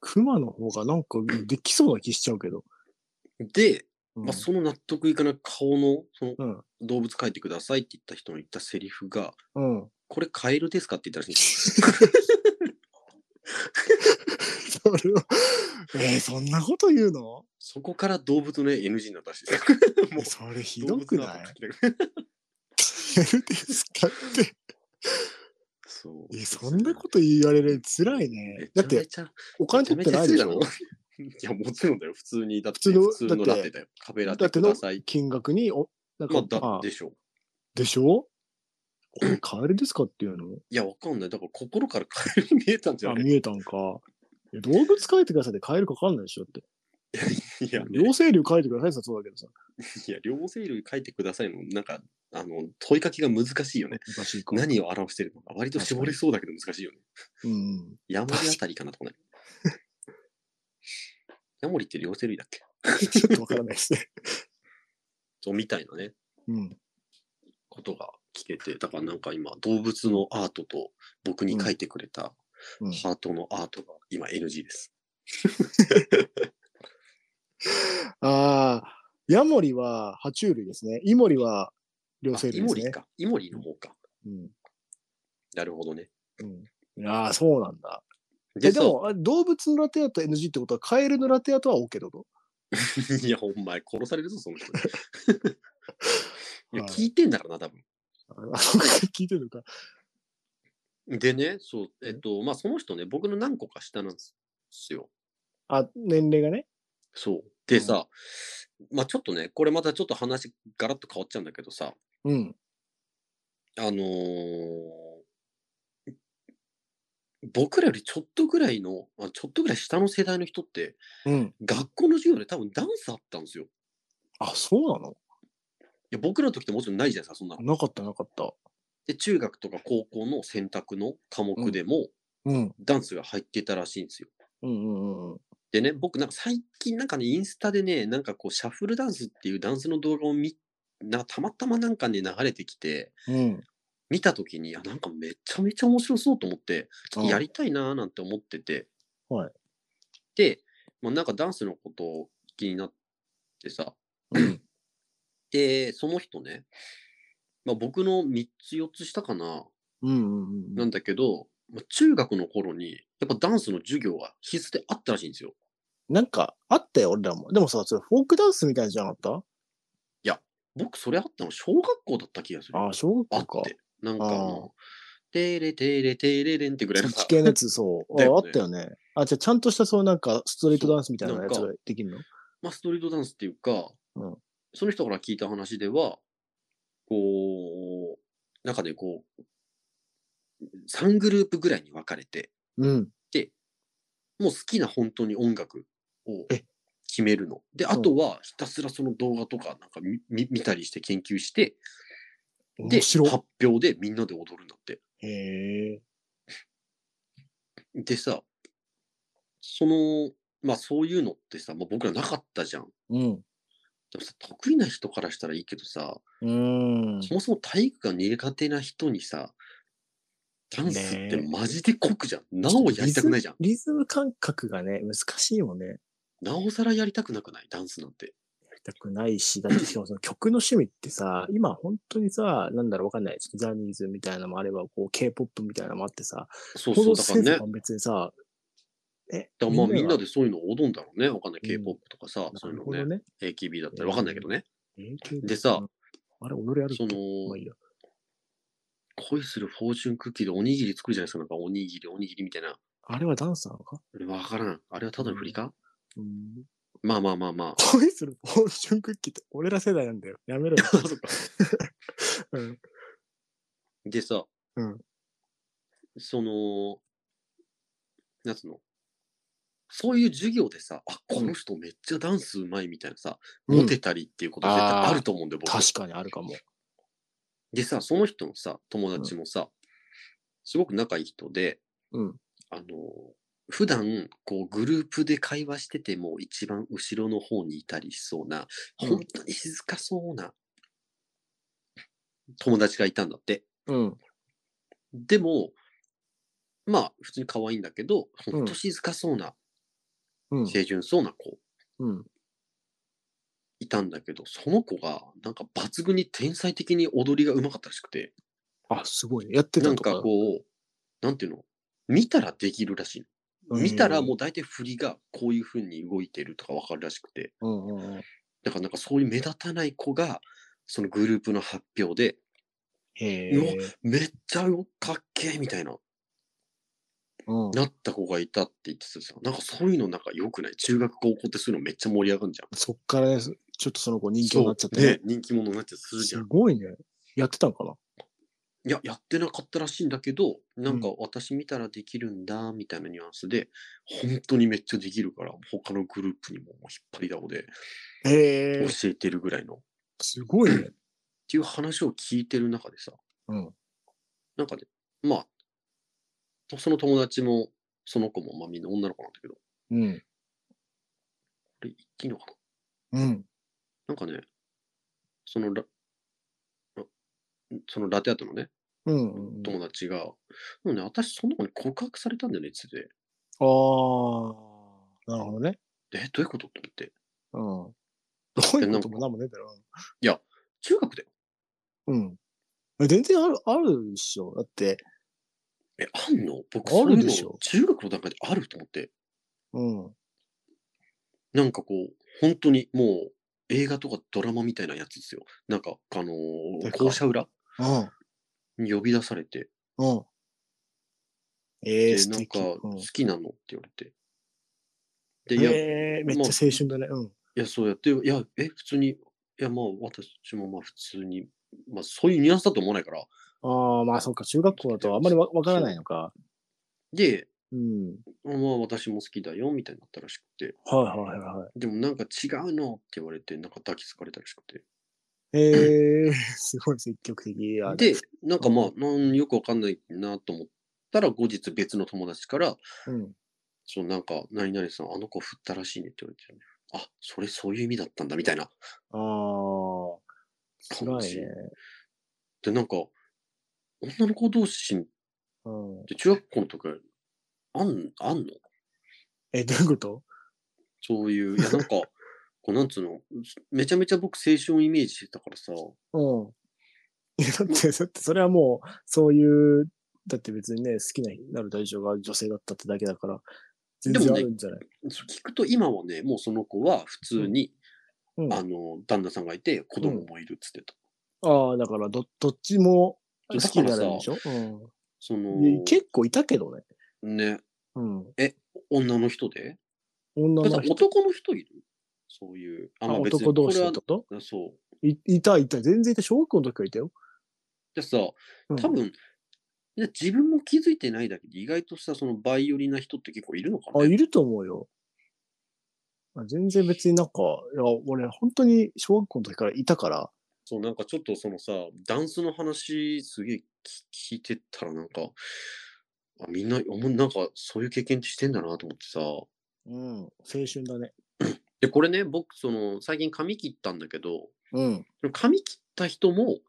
[SPEAKER 2] 熊の方がなんかできそうな気しちゃうけど。
[SPEAKER 1] で、
[SPEAKER 2] うん
[SPEAKER 1] まあ、その納得いかない顔の、その、
[SPEAKER 2] うん
[SPEAKER 1] 動物描いてくださいって言った人の言ったセリフが、
[SPEAKER 2] うん。
[SPEAKER 1] これカエルですかって言ったらしいんです
[SPEAKER 2] それは、えー、そんなこと言うの
[SPEAKER 1] よ。そこから動物の絵 NG になったらしいです。もう
[SPEAKER 2] それひどくな
[SPEAKER 1] 動物の
[SPEAKER 2] い
[SPEAKER 1] 後書きたくない
[SPEAKER 2] やるですかって。
[SPEAKER 1] そう。
[SPEAKER 2] えー、そんなこと言われる辛いね。だっ
[SPEAKER 1] め
[SPEAKER 2] て、
[SPEAKER 1] ちゃめちゃ、
[SPEAKER 2] お金取ってないでしょ
[SPEAKER 1] めちゃめちゃ失礼だろ いや、もちろんだよ。普通に、だって、
[SPEAKER 2] 普通の
[SPEAKER 1] 普通の
[SPEAKER 2] だ
[SPEAKER 1] ラ
[SPEAKER 2] って
[SPEAKER 1] テだよ。カフェラ
[SPEAKER 2] だ
[SPEAKER 1] テ
[SPEAKER 2] って
[SPEAKER 1] く
[SPEAKER 2] の
[SPEAKER 1] ださい。
[SPEAKER 2] 金額に、お、なん
[SPEAKER 1] ま
[SPEAKER 2] か
[SPEAKER 1] あ、、だ
[SPEAKER 2] あ
[SPEAKER 1] でしょう。
[SPEAKER 2] でしょこれカエルですかっていうの
[SPEAKER 1] いや、わかんない。だから心からカエルに見えたんじゃ
[SPEAKER 2] あ、
[SPEAKER 1] ない
[SPEAKER 2] 見えたんか。いや動物描いてくださいってカエルかかんないでしょって。
[SPEAKER 1] いや、ね
[SPEAKER 2] 両生類描いてくださいってさそうだけどさ。
[SPEAKER 1] いや、両生類書いてくださいの、なんか、あの、問いかけが難しいよね。
[SPEAKER 2] 難しいか。
[SPEAKER 1] 何を表してるのか、割と絞れそうだけど難しいよね。
[SPEAKER 2] うん。
[SPEAKER 1] ヤモリあたりかなとかね。 ヤモリって両生類だっけ
[SPEAKER 2] ちょっとわからないですね。
[SPEAKER 1] そう、みたいなね、
[SPEAKER 2] うん。
[SPEAKER 1] ことが聞けて、だからなんか今、動物のアートと僕に書いてくれた
[SPEAKER 2] うん、
[SPEAKER 1] ハートのアートが今 NG です。
[SPEAKER 2] ああ、ヤモリは爬虫類ですね。イモリは両
[SPEAKER 1] あ
[SPEAKER 2] 生
[SPEAKER 1] イ
[SPEAKER 2] 類で
[SPEAKER 1] モ
[SPEAKER 2] す
[SPEAKER 1] リ
[SPEAKER 2] ね。
[SPEAKER 1] か。イモリの方か。
[SPEAKER 2] うん。
[SPEAKER 1] なるほどね。
[SPEAKER 2] うん。ああ、そうなんだ。え、
[SPEAKER 1] で
[SPEAKER 2] で
[SPEAKER 1] さ、
[SPEAKER 2] も、あ動物のラテアート NG ってことは、カエルのラテアートは OK ってこと
[SPEAKER 1] いや、お前殺されるぞ、その人。いや、
[SPEAKER 2] はい
[SPEAKER 1] 聞いてんだからな、多分。
[SPEAKER 2] ああそうか聞いてるのか。
[SPEAKER 1] でね、そう、えっと、まあ、その人ね、僕の何個か下なんですよ。
[SPEAKER 2] あ、年齢がね。
[SPEAKER 1] そう。でさ、まあ、ちょっとね、これまたちょっと話、ガラッと変わっちゃうんだけどさ、
[SPEAKER 2] うん。
[SPEAKER 1] あのー僕らよりちょっとぐらいの、あちょっとぐらい下の世代の人って、
[SPEAKER 2] うん。
[SPEAKER 1] 学校の授業で多分ダンスあったんですよ。い
[SPEAKER 2] あ、そうなの
[SPEAKER 1] や、僕らの時ってもちろんないじゃないですか、そんなの。
[SPEAKER 2] なかった、なかった。
[SPEAKER 1] で、中学とか高校の選択の科目でも、
[SPEAKER 2] うん。
[SPEAKER 1] ダンスが入ってたらしいんですよ。
[SPEAKER 2] うんうんうん。
[SPEAKER 1] でね、僕なんか最近なんかね、インスタでね、なんかこう、シャッフルダンスっていうダンスの動画を見、なたまたまなんかね、流れてきて、
[SPEAKER 2] うん。
[SPEAKER 1] 見た時にあなんかめちゃめちゃ面白そうと思って
[SPEAKER 2] うん
[SPEAKER 1] やりたいなーなんて思ってて、
[SPEAKER 2] はい
[SPEAKER 1] で、まあ、なんかダンスのことを気になってさ
[SPEAKER 2] うん。
[SPEAKER 1] でその人ね、まあ、僕の3つ4つ下かな
[SPEAKER 2] うんうんう。
[SPEAKER 1] なんんだけど、まあ中学の頃にやっぱダンスの授業が必須であったらしいんですよ。
[SPEAKER 2] なんか、あったよ、俺らも。でもさ、それフォークダンスみたいじゃなかっ
[SPEAKER 1] 僕それあったの小学校だった気がする。
[SPEAKER 2] たああ、小学
[SPEAKER 1] あっ
[SPEAKER 2] 校か。
[SPEAKER 1] て。なんかあ
[SPEAKER 2] あ
[SPEAKER 1] の、テーレテーレテーレレンってぐらい
[SPEAKER 2] そ
[SPEAKER 1] の
[SPEAKER 2] っち系のや つ、そう。
[SPEAKER 1] だ
[SPEAKER 2] ああ
[SPEAKER 1] よ
[SPEAKER 2] っ
[SPEAKER 1] ね
[SPEAKER 2] たよね。あ、じゃあちゃんとした、そう、なんか、ストリートダンスみたいな
[SPEAKER 1] そう
[SPEAKER 2] やつ
[SPEAKER 1] な
[SPEAKER 2] が
[SPEAKER 1] んか
[SPEAKER 2] できるの
[SPEAKER 1] まあ、ストリートダンスっていうか、
[SPEAKER 2] うん
[SPEAKER 1] その人から聞いた話では、こう、中でこう、3グループぐらいに分かれて、
[SPEAKER 2] うん。
[SPEAKER 1] もう好きな本当に音楽を
[SPEAKER 2] え
[SPEAKER 1] 決めるの。で、あとはひたすらその動画とかなんか見見見たりして研究して、で、
[SPEAKER 2] 面
[SPEAKER 1] 発
[SPEAKER 2] 白い。
[SPEAKER 1] 表でみんなで踊るんだって。
[SPEAKER 2] へえ。
[SPEAKER 1] でさ、その、まあそういうのってさ、まあ、僕らなかったじゃん。
[SPEAKER 2] うん。
[SPEAKER 1] でもさ、得意な人からしたらいいけどさ、
[SPEAKER 2] うーん。
[SPEAKER 1] そもそも体育が苦手な人にさ、ダンスって
[SPEAKER 2] ねえ
[SPEAKER 1] マジで酷じゃん。なおやりたくないじゃん。
[SPEAKER 2] リズム感覚がね、難しいもんね。や
[SPEAKER 1] なおさらやりたくなくないダンスなんて。
[SPEAKER 2] りたくないし、だってしかもその曲の趣味ってさ、今本当にさ、なんだろうわかんない。ジャニーズみたいなのもあれば、こう、K-POP みたいなのもあってさ、
[SPEAKER 1] そうそう、だからね。だ
[SPEAKER 2] も
[SPEAKER 1] か
[SPEAKER 2] 別にさ、え、
[SPEAKER 1] らまあみんな
[SPEAKER 2] で、
[SPEAKER 1] でそういうのを踊んだろうね。わかんない。
[SPEAKER 2] うん
[SPEAKER 1] K-POP とかさ、そ
[SPEAKER 2] な
[SPEAKER 1] うい
[SPEAKER 2] る
[SPEAKER 1] う
[SPEAKER 2] ほ
[SPEAKER 1] の
[SPEAKER 2] ど
[SPEAKER 1] ね。
[SPEAKER 2] ね。
[SPEAKER 1] AKB だったらわかんないけどね。
[SPEAKER 2] AKB
[SPEAKER 1] でさ、
[SPEAKER 2] あれ、踊りあるっけ
[SPEAKER 1] その、
[SPEAKER 2] まあいいや
[SPEAKER 1] 恋するフォーチュンクッキーでおにぎり作るじゃないですか。なんかおにぎり、おにぎりみたいな。
[SPEAKER 2] あれはダンスなのか
[SPEAKER 1] 俺わからん。あれはただの振りか、
[SPEAKER 2] うん。
[SPEAKER 1] まあまあまあまあ。
[SPEAKER 2] 恋するフォーチュンクッキーって俺ら世代なんだよ。やめろよ。うん。
[SPEAKER 1] でさ、
[SPEAKER 2] うん
[SPEAKER 1] その、なんつうの、そういう授業でさ、あ、この人めっちゃダンスうまいみたいなさ、モテたりっていうこと絶対あると思うんだよ、僕。
[SPEAKER 2] 確かにあるかも。
[SPEAKER 1] でさ、その人のさ、友達もさ、すごく仲いい人で、
[SPEAKER 2] うん。
[SPEAKER 1] あの、普段こうグループで会話してても一番後ろの方にいたりしそうな、
[SPEAKER 2] うん
[SPEAKER 1] 本当に静かそうな友達がいたんだって。
[SPEAKER 2] うん。
[SPEAKER 1] でも、まあ、普通に可愛いんだけど、
[SPEAKER 2] ん
[SPEAKER 1] ほんと静かそうな、
[SPEAKER 2] うん。
[SPEAKER 1] 清純そうな子、
[SPEAKER 2] うん。
[SPEAKER 1] いたんだけど、その子が、なんか抜群に天才的に踊りが上手かったらしくて、
[SPEAKER 2] あ、すごいね。やって
[SPEAKER 1] な
[SPEAKER 2] た
[SPEAKER 1] ん
[SPEAKER 2] とか。
[SPEAKER 1] かこう、なんていうの見たらできるらしいの。見たらもう大体振りがこういう風に動いてるとかわかるらしくて、
[SPEAKER 2] うんうんうん。
[SPEAKER 1] だからなんかそういう目立たない子が、そのグループの発表で、
[SPEAKER 2] へ
[SPEAKER 1] う
[SPEAKER 2] え。
[SPEAKER 1] めっちゃよかっけーみたいな、
[SPEAKER 2] うん。
[SPEAKER 1] なった子がいたって言ってたさ、なんかそういうのなんか良くない中学高校ってそういうのめっちゃ盛り上がるじゃん。
[SPEAKER 2] そっからね、ちょっとその子人気
[SPEAKER 1] そう
[SPEAKER 2] になっちゃって
[SPEAKER 1] ね
[SPEAKER 2] ね。
[SPEAKER 1] 人気者になっちゃってするじゃ
[SPEAKER 2] す
[SPEAKER 1] ん。
[SPEAKER 2] ごいね。やってたんかない
[SPEAKER 1] や、やってなかったらしいんだけど、なんか
[SPEAKER 2] う
[SPEAKER 1] 私見たらできるんだ、みたいなニュアンスで、本当にめっちゃできるから、他のグループにも引っ張りだこで
[SPEAKER 2] へえ。
[SPEAKER 1] 教えてるぐらいの。っ
[SPEAKER 2] すごいね。
[SPEAKER 1] ていう話を聞いてる中でさ、
[SPEAKER 2] うん。
[SPEAKER 1] なんかね、まあ、とその友達も、その子も、まあみんな女の子なんだけど、こ
[SPEAKER 2] うん。
[SPEAKER 1] れ言っていいのかな
[SPEAKER 2] うん。
[SPEAKER 1] なんかね、そのラ、あそのラテアートのね、
[SPEAKER 2] うんうん。
[SPEAKER 1] 友達が、でもね、私その子に告白されたんだよねって言ってて
[SPEAKER 2] ああ。なるほどね。
[SPEAKER 1] え、どういうことと思って。
[SPEAKER 2] うん。どういうこともなんもねえだろ。
[SPEAKER 1] 中学で
[SPEAKER 2] うん。全然ある、あるでしょ。だって、
[SPEAKER 1] え、あんの僕、
[SPEAKER 2] ある
[SPEAKER 1] そういうの
[SPEAKER 2] でしょ
[SPEAKER 1] 中学の段階であると思って。
[SPEAKER 2] うん。
[SPEAKER 1] なんかこう、本当にもう映画とかドラマみたいなやつですよ。なんか、あのー
[SPEAKER 2] なんか
[SPEAKER 1] 校舎裏
[SPEAKER 2] うん。
[SPEAKER 1] に呼び出されて、
[SPEAKER 2] うん。ええー、
[SPEAKER 1] で、
[SPEAKER 2] 素
[SPEAKER 1] なん
[SPEAKER 2] 敵。
[SPEAKER 1] か
[SPEAKER 2] う
[SPEAKER 1] 好
[SPEAKER 2] ん
[SPEAKER 1] きなのって言われて。で、いや、い
[SPEAKER 2] ええー、めっちゃ青春だね。うん。
[SPEAKER 1] や、そうやって、いや、え、普通に、いや、まあ、私もまあ、普通に、まあ、そういうニュアンスだと思わないから。
[SPEAKER 2] ああ、まあそうか。中学校だとあんまりわわからないのか。
[SPEAKER 1] で、
[SPEAKER 2] うん。
[SPEAKER 1] まあ、私も好きだよ、みたいになったらしくて。
[SPEAKER 2] はいはいはい。
[SPEAKER 1] でも、なんか違うのって言われて、なんか抱きつかれたらしくて。
[SPEAKER 2] え えー、すごい積極的やね。
[SPEAKER 1] で、なんかまあ、なんよくわかんないなと思ったら、後日別の友達から、
[SPEAKER 2] うん。
[SPEAKER 1] そのなんか、何々さん、あの子振ったらしいねって言われて、ね、あ、それそういう意味だったんだ、みたいな
[SPEAKER 2] ああ、
[SPEAKER 1] 感
[SPEAKER 2] 辛い
[SPEAKER 1] じ。
[SPEAKER 2] ね。
[SPEAKER 1] で、なんか、女の子同士っ
[SPEAKER 2] うん。
[SPEAKER 1] て中学校の時からあん、あんの
[SPEAKER 2] え、どういうこと
[SPEAKER 1] そういう、いや なんか、こうなんつうの、めちゃめちゃ僕青春をイメージしてたからさ、
[SPEAKER 2] うん。いや、だって、だってそれはもう、そういう、だって別にね、好きななる大丈夫が女性だったってだけだから、全
[SPEAKER 1] で
[SPEAKER 2] 然
[SPEAKER 1] も
[SPEAKER 2] あ
[SPEAKER 1] ね
[SPEAKER 2] るんじゃない、
[SPEAKER 1] そう聞くと今はね、もうその子は普通に、
[SPEAKER 2] うん、
[SPEAKER 1] あの、旦那さんがいて子供もいるっつってた。
[SPEAKER 2] ああ、だからど、どっちも好
[SPEAKER 1] だ
[SPEAKER 2] き
[SPEAKER 1] か
[SPEAKER 2] に
[SPEAKER 1] ら
[SPEAKER 2] な
[SPEAKER 1] さ
[SPEAKER 2] るんでしょ、う
[SPEAKER 1] そ
[SPEAKER 2] んいや
[SPEAKER 1] の、
[SPEAKER 2] 結構いたけどね。
[SPEAKER 1] ね、
[SPEAKER 2] うん。
[SPEAKER 1] 女の人で
[SPEAKER 2] 女
[SPEAKER 1] た
[SPEAKER 2] の
[SPEAKER 1] だ
[SPEAKER 2] 人、
[SPEAKER 1] 男の人いるそういう。あ、
[SPEAKER 2] あ
[SPEAKER 1] まあ別に
[SPEAKER 2] 男同士
[SPEAKER 1] こ
[SPEAKER 2] っ
[SPEAKER 1] れ
[SPEAKER 2] てこと
[SPEAKER 1] は、そう。
[SPEAKER 2] いいた、いた。全然いた。小学校の時からいたよ。
[SPEAKER 1] でさ、
[SPEAKER 2] うん
[SPEAKER 1] 多分、いや自分も気づいてないだけで、意外とさ、そのバイオリンな人って結構いるのか
[SPEAKER 2] あ、
[SPEAKER 1] ね
[SPEAKER 2] いると思うよ。あ全然別になんか、いや、俺、本当に小学校の時からいたから、
[SPEAKER 1] そう、なんかちょっとそのさ、ダンスの話すげえ聞聞いてったらなんか、あみんな、おもなんかそういう経験してんだなと思ってさ。
[SPEAKER 2] うん、青春だね。
[SPEAKER 1] で、これね、僕、その、最近髪切ったんだけど、
[SPEAKER 2] うん、
[SPEAKER 1] 髪切った人も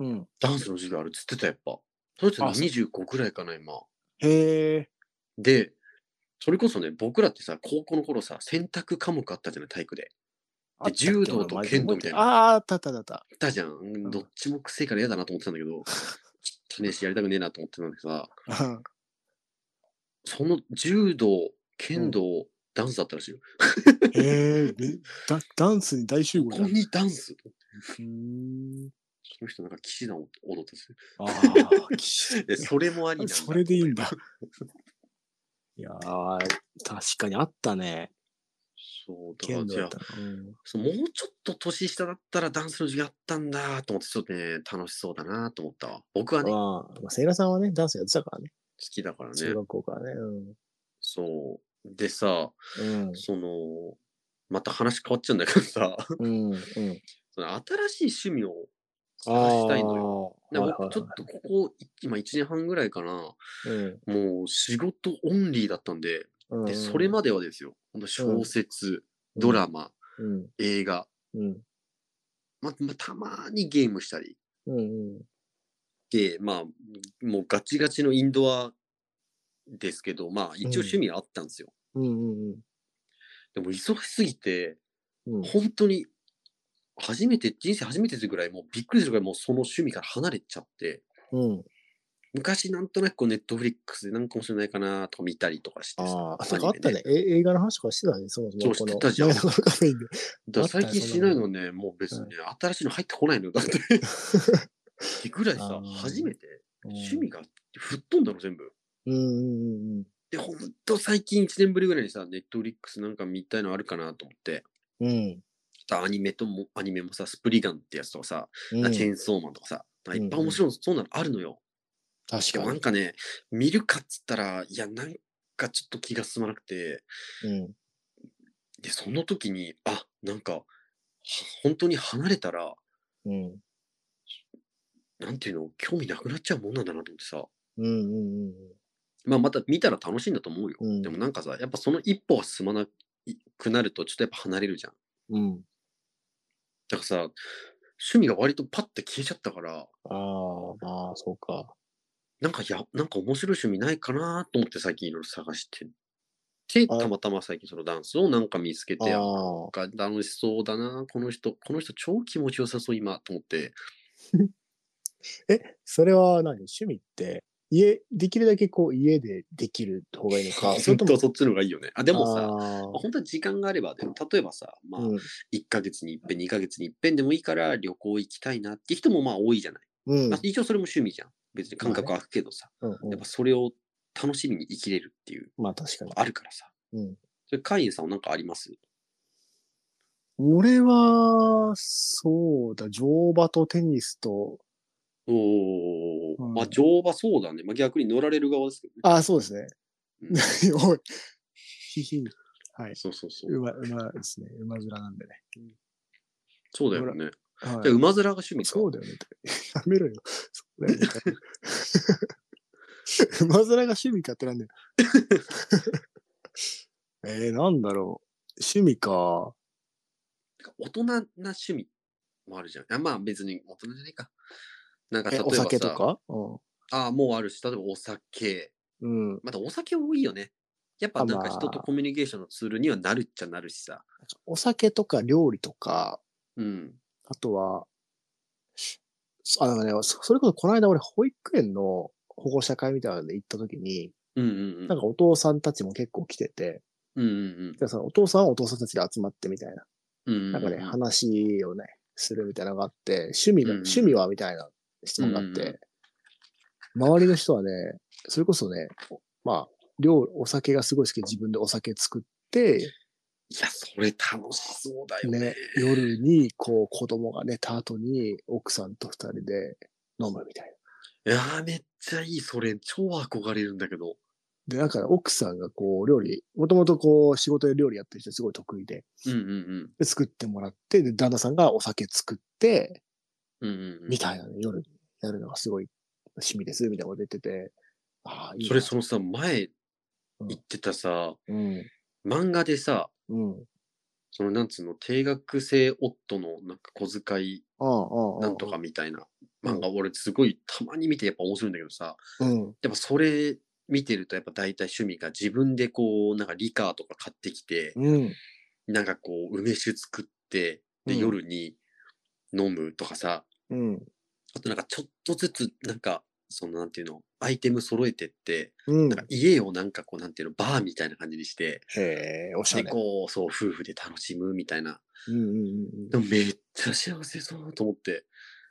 [SPEAKER 2] うん。
[SPEAKER 1] ダンスの授業あるっつってた、やっぱ。その人
[SPEAKER 2] あそう
[SPEAKER 1] 25くらいかな、今。
[SPEAKER 2] へえ、
[SPEAKER 1] で、それこそね、僕らってさ、高校の頃さ、選択科目あったじゃない、体育で。
[SPEAKER 2] あったっけ
[SPEAKER 1] 柔道と
[SPEAKER 2] 俺マジで
[SPEAKER 1] 剣道みたいな
[SPEAKER 2] 覚えてああ、あったあったあった。
[SPEAKER 1] あったじゃん。どっちもくせえから嫌だなと思ってたん だけど、ちょっとねえし、やりたくねえなと思ってたんだけどさ、
[SPEAKER 2] うん
[SPEAKER 1] その柔道、剣道、ダンスだったらしいよ。
[SPEAKER 2] へえ、でダダンスに大集合
[SPEAKER 1] こ
[SPEAKER 2] じゃ
[SPEAKER 1] こ
[SPEAKER 2] ん。う
[SPEAKER 1] にダンス
[SPEAKER 2] ーん。
[SPEAKER 1] その人なんか騎士団を踊ってす
[SPEAKER 2] ああ、き
[SPEAKER 1] で、それもありなんだ。
[SPEAKER 2] それでいいんだ。 いやー、確かにあったね。
[SPEAKER 1] そう、だから
[SPEAKER 2] 剣道
[SPEAKER 1] じゃ
[SPEAKER 2] だっ
[SPEAKER 1] あ
[SPEAKER 2] たら。うん
[SPEAKER 1] そうもうちょっと年下だったらダンスの授業あったんだと思って、ちょっとね、楽しそうだなと思ったわ。僕はね、好
[SPEAKER 2] まあ、まあ、セイラさんはね、ダンスやってたからね。
[SPEAKER 1] きだから
[SPEAKER 2] 中
[SPEAKER 1] ね。
[SPEAKER 2] 学校からね。う
[SPEAKER 1] そう。でさ、
[SPEAKER 2] ん。
[SPEAKER 1] その、また話変わっちゃうんだけどさ、
[SPEAKER 2] うん。うん。うん。
[SPEAKER 1] その新しい趣味を探したいのよ。
[SPEAKER 2] よ
[SPEAKER 1] で僕ちょっとここ、い今1年半ぐらいかな、もう仕事オンリーだったんで、
[SPEAKER 2] うん。
[SPEAKER 1] でそれまではですよ、ほんと小説、ドラマ、
[SPEAKER 2] うん。
[SPEAKER 1] 映画、
[SPEAKER 2] うん。
[SPEAKER 1] ままたまにゲームしたり、
[SPEAKER 2] うん。うん。
[SPEAKER 1] で、まあ、もうガチガチのインドアですけど、まあ一応趣味はあったんですよ。
[SPEAKER 2] うん。
[SPEAKER 1] でも忙しすぎて、
[SPEAKER 2] うん。
[SPEAKER 1] 本当に、初めて、人生初めてってぐらい、もうびっくりするぐらい、もうその趣味から離れちゃって、
[SPEAKER 2] うん。
[SPEAKER 1] 昔なんとなくこうネットフリックスでなんかもしれないかなとか見たりとかしてさ
[SPEAKER 2] ああ、
[SPEAKER 1] アニ
[SPEAKER 2] そ
[SPEAKER 1] メ
[SPEAKER 2] う
[SPEAKER 1] で
[SPEAKER 2] か、あったね。え映画の話とかしてたね、そもそも。
[SPEAKER 1] そうしてたじゃん
[SPEAKER 2] この長野カフェインで
[SPEAKER 1] だから最近しないのね、もう別にね、新しいの入ってこないのよ。だって。って ぐらい
[SPEAKER 2] あ
[SPEAKER 1] さ
[SPEAKER 2] ー、
[SPEAKER 1] 初めて 趣味が吹っ飛んだの全部。
[SPEAKER 2] うんうん
[SPEAKER 1] で、ほんと最近1年ぶりぐらいにさ、ネットフリックスなんか見たいのあるかなと思って、
[SPEAKER 2] うんうん。うん。
[SPEAKER 1] ちょっとアニメとも、アニメもさ、スプリガンってやつとかさ、
[SPEAKER 2] うん、
[SPEAKER 1] チェーンソーマンとかさ、なんかいっぱい
[SPEAKER 2] うん
[SPEAKER 1] 面白そうなのあるのよ。
[SPEAKER 2] 確
[SPEAKER 1] でも
[SPEAKER 2] か
[SPEAKER 1] なん
[SPEAKER 2] に。
[SPEAKER 1] かね、見るかっつったら、いや、なんかちょっと気が進まなくて、
[SPEAKER 2] うん。
[SPEAKER 1] で、その時に、あ、なんか、は本当に離れたら、
[SPEAKER 2] うん。
[SPEAKER 1] なんていうの、興味なくなっちゃうもんなんだなと思ってさ、
[SPEAKER 2] うんうん
[SPEAKER 1] まあまた見たら楽しいんだと思うよ。
[SPEAKER 2] うん
[SPEAKER 1] でもなんかさ、やっぱその一歩が進まなくなると、ちょっとやっぱ離れるじゃん。
[SPEAKER 2] うん。うん。
[SPEAKER 1] だからさ、趣味が割とパッて消えちゃったから、
[SPEAKER 2] ああ、まあ、そうか。
[SPEAKER 1] なんかや、なんか面白い趣味ないかなと思って最近いろいろ探して、で、
[SPEAKER 2] あ
[SPEAKER 1] たまたま最近そのダンスをなんか見つけ
[SPEAKER 2] あ
[SPEAKER 1] て、あ
[SPEAKER 2] あ。
[SPEAKER 1] なんか楽しそうだな、この人、この人超気持ちよさそう今、と思って、
[SPEAKER 2] それは何趣味って、家、できるだけこう、家でできる方がいいのか。それ と
[SPEAKER 1] 本当
[SPEAKER 2] も
[SPEAKER 1] は、そっちの方がいいよね。あ、で
[SPEAKER 2] で
[SPEAKER 1] もさ、
[SPEAKER 2] さ、
[SPEAKER 1] 本当は時間があればだよ、例えばさ、まあ、
[SPEAKER 2] うん。
[SPEAKER 1] 1ヶ月に一遍、2ヶ月に一遍でもいいから旅行行きたいなって人もまあ多いじゃない。
[SPEAKER 2] うん
[SPEAKER 1] まあ。一応それも趣味じゃん。別に感覚は空くけどさ、
[SPEAKER 2] うんう
[SPEAKER 1] や
[SPEAKER 2] ん
[SPEAKER 1] っぱそれを楽しみに生きれるっていう、
[SPEAKER 2] まあ、確かに。
[SPEAKER 1] あるからさ。
[SPEAKER 2] うん。
[SPEAKER 1] それ、会員さんは何かあります
[SPEAKER 2] 俺は、そうだ、乗馬とテニスと、
[SPEAKER 1] おお、
[SPEAKER 2] うん
[SPEAKER 1] まあ乗馬そうだね。まあ逆に乗られる側ですけどね。
[SPEAKER 2] ああ、そうですね。
[SPEAKER 1] うん
[SPEAKER 2] おい。ひひ。はい。
[SPEAKER 1] そうそうそうう。
[SPEAKER 2] ま、うまですね。馬面なんでね。
[SPEAKER 1] そうだよね。
[SPEAKER 2] は
[SPEAKER 1] じゃあ馬面が趣味
[SPEAKER 2] い、
[SPEAKER 1] か。
[SPEAKER 2] そうだよね。やめろよ。そうだよね馬面が趣味かっ てなんだよ。えー、なんだろう。趣味か。
[SPEAKER 1] 大人な趣味もあるじゃん。あまあ別に大人じゃないか。なんか例
[SPEAKER 2] え
[SPEAKER 1] えばさ
[SPEAKER 2] お酒とか、う
[SPEAKER 1] ああ、もうあるし、例えばお酒。
[SPEAKER 2] うん。
[SPEAKER 1] またお酒多いよね。やっぱなん
[SPEAKER 2] あ
[SPEAKER 1] か
[SPEAKER 2] まあ
[SPEAKER 1] 人とコミュニケーションのツールにはなるっちゃなるしさ。
[SPEAKER 2] お酒とか料理とか、
[SPEAKER 1] うん。
[SPEAKER 2] あとは、そあのね、そそれこそこの間俺保育園の保護者会みたいなので行った時に、
[SPEAKER 1] うんうんう
[SPEAKER 2] なん
[SPEAKER 1] ん。
[SPEAKER 2] かお父さんたちも結構来てて、
[SPEAKER 1] うんうん
[SPEAKER 2] でそのお父さんはお父さんたちで集まってみたいな。
[SPEAKER 1] うん。
[SPEAKER 2] なんかね、
[SPEAKER 1] うう
[SPEAKER 2] 話をね、するみたいなのがあって、趣味が、
[SPEAKER 1] うん
[SPEAKER 2] 趣味はみたいな質問があっ
[SPEAKER 1] うんう
[SPEAKER 2] て、周りの人はね、それこそね、まあ、料、お酒がすごい好きで自分でお酒作って、
[SPEAKER 1] いや、それ楽しそうだよね。
[SPEAKER 2] ね、夜に、こう、子供がね、た後に奥さんと二人で飲むみたいな。
[SPEAKER 1] いやー、めっちゃいい。それ、超憧れるんだけど。
[SPEAKER 2] で、なんかね奥さんがこう、料理、もともとこう、仕事で料理やってる人すごい得意で、
[SPEAKER 1] うんうん
[SPEAKER 2] で作ってもらって、で、旦那さんがお酒作って、
[SPEAKER 1] うん。うんうんうん
[SPEAKER 2] みたいなね、夜にやるのがすごい趣味です、みたいなこと言ってて。ああ、いいな。
[SPEAKER 1] それ、そのさ、前
[SPEAKER 2] うん
[SPEAKER 1] 言ってたさ、
[SPEAKER 2] うん。
[SPEAKER 1] 漫画でさ、
[SPEAKER 2] うん。
[SPEAKER 1] そのなんつうの、定額制夫のなんか小遣い
[SPEAKER 2] ああ、ああ。
[SPEAKER 1] なんとか。みたいな
[SPEAKER 2] うん
[SPEAKER 1] 漫画、俺すごいたまに見てやっぱ面白いんだけどさ、
[SPEAKER 2] うん。
[SPEAKER 1] やっぱそれ見てるとやっぱ大体趣味が自分でこう、なんかリカーとか買ってきて、
[SPEAKER 2] うん。
[SPEAKER 1] なんかこう、梅酒作って、で、
[SPEAKER 2] うん
[SPEAKER 1] 夜に飲むとかさ、
[SPEAKER 2] うん。
[SPEAKER 1] あとなんかちょっとずつ、なんか、そのなんていうの、アイテム揃えてって、
[SPEAKER 2] うん
[SPEAKER 1] なんか。家をなんかこう、なんていうの、バーみたいな感じにして、
[SPEAKER 2] へえ、おしゃ
[SPEAKER 1] で、
[SPEAKER 2] れ。
[SPEAKER 1] こう、そう、夫婦で楽しむみたいな。
[SPEAKER 2] うんうんうん
[SPEAKER 1] で
[SPEAKER 2] うん。
[SPEAKER 1] もめっちゃ幸せそうだと思って、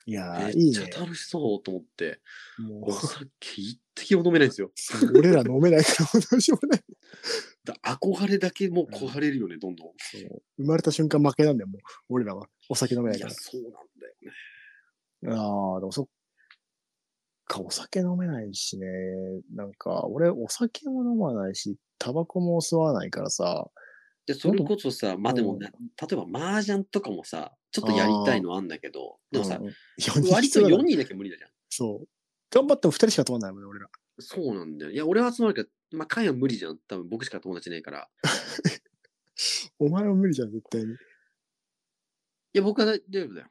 [SPEAKER 2] いや
[SPEAKER 1] め
[SPEAKER 2] ー、い
[SPEAKER 1] っ
[SPEAKER 2] い
[SPEAKER 1] ちゃ
[SPEAKER 2] ね。
[SPEAKER 1] 楽しそうと思 って、
[SPEAKER 2] も
[SPEAKER 1] お酒一滴も飲めないんですよ。
[SPEAKER 2] う、俺ら飲めないからもうどうしようもない。
[SPEAKER 1] だ憧れだけもう壊れるよね、どんどん。
[SPEAKER 2] 生まれた瞬間負けなんだよ、もう。俺らは。お酒飲めない
[SPEAKER 1] い
[SPEAKER 2] か
[SPEAKER 1] や、
[SPEAKER 2] ら。
[SPEAKER 1] そうなんだよね。
[SPEAKER 2] ああ、でもそっか、お酒飲めないしね。なんか、俺、お酒も飲まないし、タバコも吸わないからさ。
[SPEAKER 1] で、それこそさ、まあでもね、例えば麻雀とかもさ、ちょっとやりたいのあんだけど、でもさ
[SPEAKER 2] う、ん、4人
[SPEAKER 1] 割と4人だけ無理だじゃん。
[SPEAKER 2] そう。頑張っても2人しか止まんないもんね、俺ら。
[SPEAKER 1] そうなんだよ。いや、俺は集まるけど、まあ、会は無理じゃん。多分僕しか友達いないから。
[SPEAKER 2] お前も無理じゃん、絶対に。
[SPEAKER 1] いや、僕は大丈夫だよ。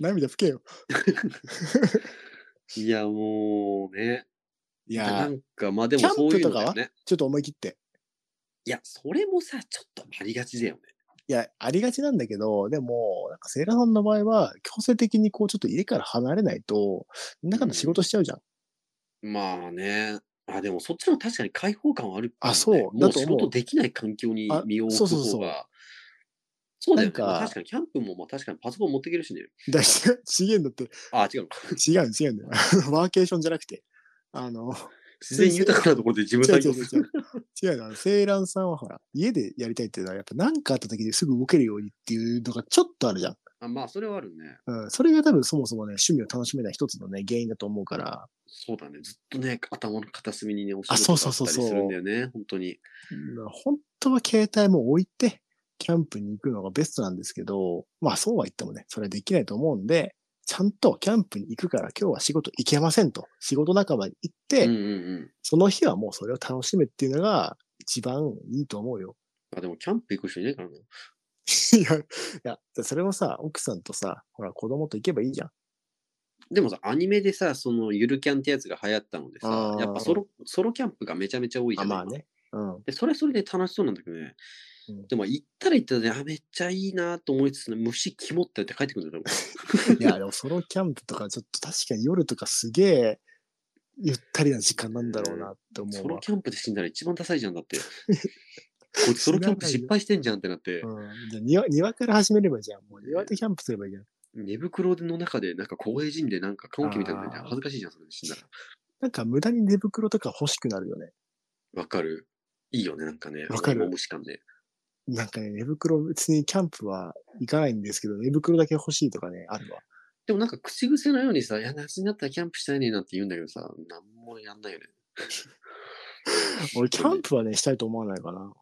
[SPEAKER 2] 涙拭けよ。
[SPEAKER 1] いや、もうね。
[SPEAKER 2] い
[SPEAKER 1] な
[SPEAKER 2] やー、
[SPEAKER 1] んか、まあでもそういうのだよ
[SPEAKER 2] キャンプとか
[SPEAKER 1] ね。
[SPEAKER 2] ちょっと思い切って。
[SPEAKER 1] いや、それもさ、ちょっとありがちだよね。
[SPEAKER 2] いや、ありがちなんだけど、でも、なんかセイラさんの場合は、強制的にこう、ちょっと家から離れないと、中の仕事しちゃうじゃん。
[SPEAKER 1] まあね。あ、でもそっちの方が確かに開放感はある、
[SPEAKER 2] あそう
[SPEAKER 1] も
[SPEAKER 2] だ
[SPEAKER 1] う
[SPEAKER 2] と
[SPEAKER 1] 仕
[SPEAKER 2] 思う
[SPEAKER 1] 事できない環境に
[SPEAKER 2] あ
[SPEAKER 1] 身を置
[SPEAKER 2] そう
[SPEAKER 1] く
[SPEAKER 2] そうそう
[SPEAKER 1] 方が。そうだよね。
[SPEAKER 2] なんか
[SPEAKER 1] まあ確かにキャンプも、まあ確かにパソコン持っていけるしね。
[SPEAKER 2] だして、違うんだって、
[SPEAKER 1] あ、違うのか。
[SPEAKER 2] 違う違うんだよ。あのワーケーションじゃなくて。あの、
[SPEAKER 1] 自然豊かなところで自分
[SPEAKER 2] 違う
[SPEAKER 1] 作
[SPEAKER 2] 違
[SPEAKER 1] 業
[SPEAKER 2] う
[SPEAKER 1] す
[SPEAKER 2] 違
[SPEAKER 1] る。
[SPEAKER 2] う。違うのあの、セイランさんはほら、家でやりたいっていうのは、やっぱ何かあった時にすぐ動けるようにっていうのがちょっとあるじゃん。
[SPEAKER 1] あまあ、それはあるね。
[SPEAKER 2] うん。それが多分そもそもね、趣味を楽しめない一つのね、原因だと思うから、
[SPEAKER 1] そうだね。ずっとね、頭の片隅にね、お仕
[SPEAKER 2] あ
[SPEAKER 1] 事があ
[SPEAKER 2] そう
[SPEAKER 1] っ
[SPEAKER 2] そう
[SPEAKER 1] た
[SPEAKER 2] そう
[SPEAKER 1] り
[SPEAKER 2] そう
[SPEAKER 1] するんだよね。本当に。
[SPEAKER 2] まあ本当は携帯も置いて、キャンプに行くのがベストなんですけど、まあそうは言ってもね、それはできないと思うんで、ちゃんとキャンプに行くから今日は仕事行けませんと、仕事仲間に行って、
[SPEAKER 1] うんうんうん。
[SPEAKER 2] その日はもうそれを楽しむっていうのが一番いいと思うよ。
[SPEAKER 1] あでも、キャンプ行く人いないからね。
[SPEAKER 2] いや、いや、それをさ、奥さんとさ、ほら子供と行けばいいじゃん。
[SPEAKER 1] でもさ、アニメでさ、そのゆるキャンってやつが流行ったので
[SPEAKER 2] あ
[SPEAKER 1] さ
[SPEAKER 2] ー、
[SPEAKER 1] やっぱソロソロキャンプがめちゃめちゃ多いじ
[SPEAKER 2] あ
[SPEAKER 1] ゃん。
[SPEAKER 2] まあ
[SPEAKER 1] 今
[SPEAKER 2] ね。うん。
[SPEAKER 1] で、それはそれで楽しそうなんだけどね。
[SPEAKER 2] うん
[SPEAKER 1] でも、行ったら行ったらね、あ、めっちゃいいなと思いつつね、虫肝ってって帰ってくるんだよ。
[SPEAKER 2] いや、でもソロキャンプとかちょっと確かに夜とかすげえゆったりな時間なんだろうなって思
[SPEAKER 1] 多分 ソ
[SPEAKER 2] うわ
[SPEAKER 1] ロ。キャンプで死んだら一番ダサいじゃんだ って。こいつソロキャンプ失敗してんじゃんってなって、
[SPEAKER 2] うんじゃあ庭庭から始めればいいじゃん。もう庭でキャンプすればいいじゃん。
[SPEAKER 1] 寝袋の中で、なんか公平人でなんか缶桶みたいになって恥ずかしいじゃん、それで死んだら。
[SPEAKER 2] なんか無駄に寝袋とか欲しくなるよね。
[SPEAKER 1] わかる。いいよね、なんかね。
[SPEAKER 2] わかる
[SPEAKER 1] 重々し感ね。
[SPEAKER 2] なんかね、寝袋別にキャンプは行かないんですけど、寝袋だけ欲しいとかね、あるわ。
[SPEAKER 1] でもなんか口癖のようにさ、いや、夏になったらキャンプしたいねなんて言うんだけどさ、なんもやんないよね。
[SPEAKER 2] 俺、キャンプはね、したいと思わないかな。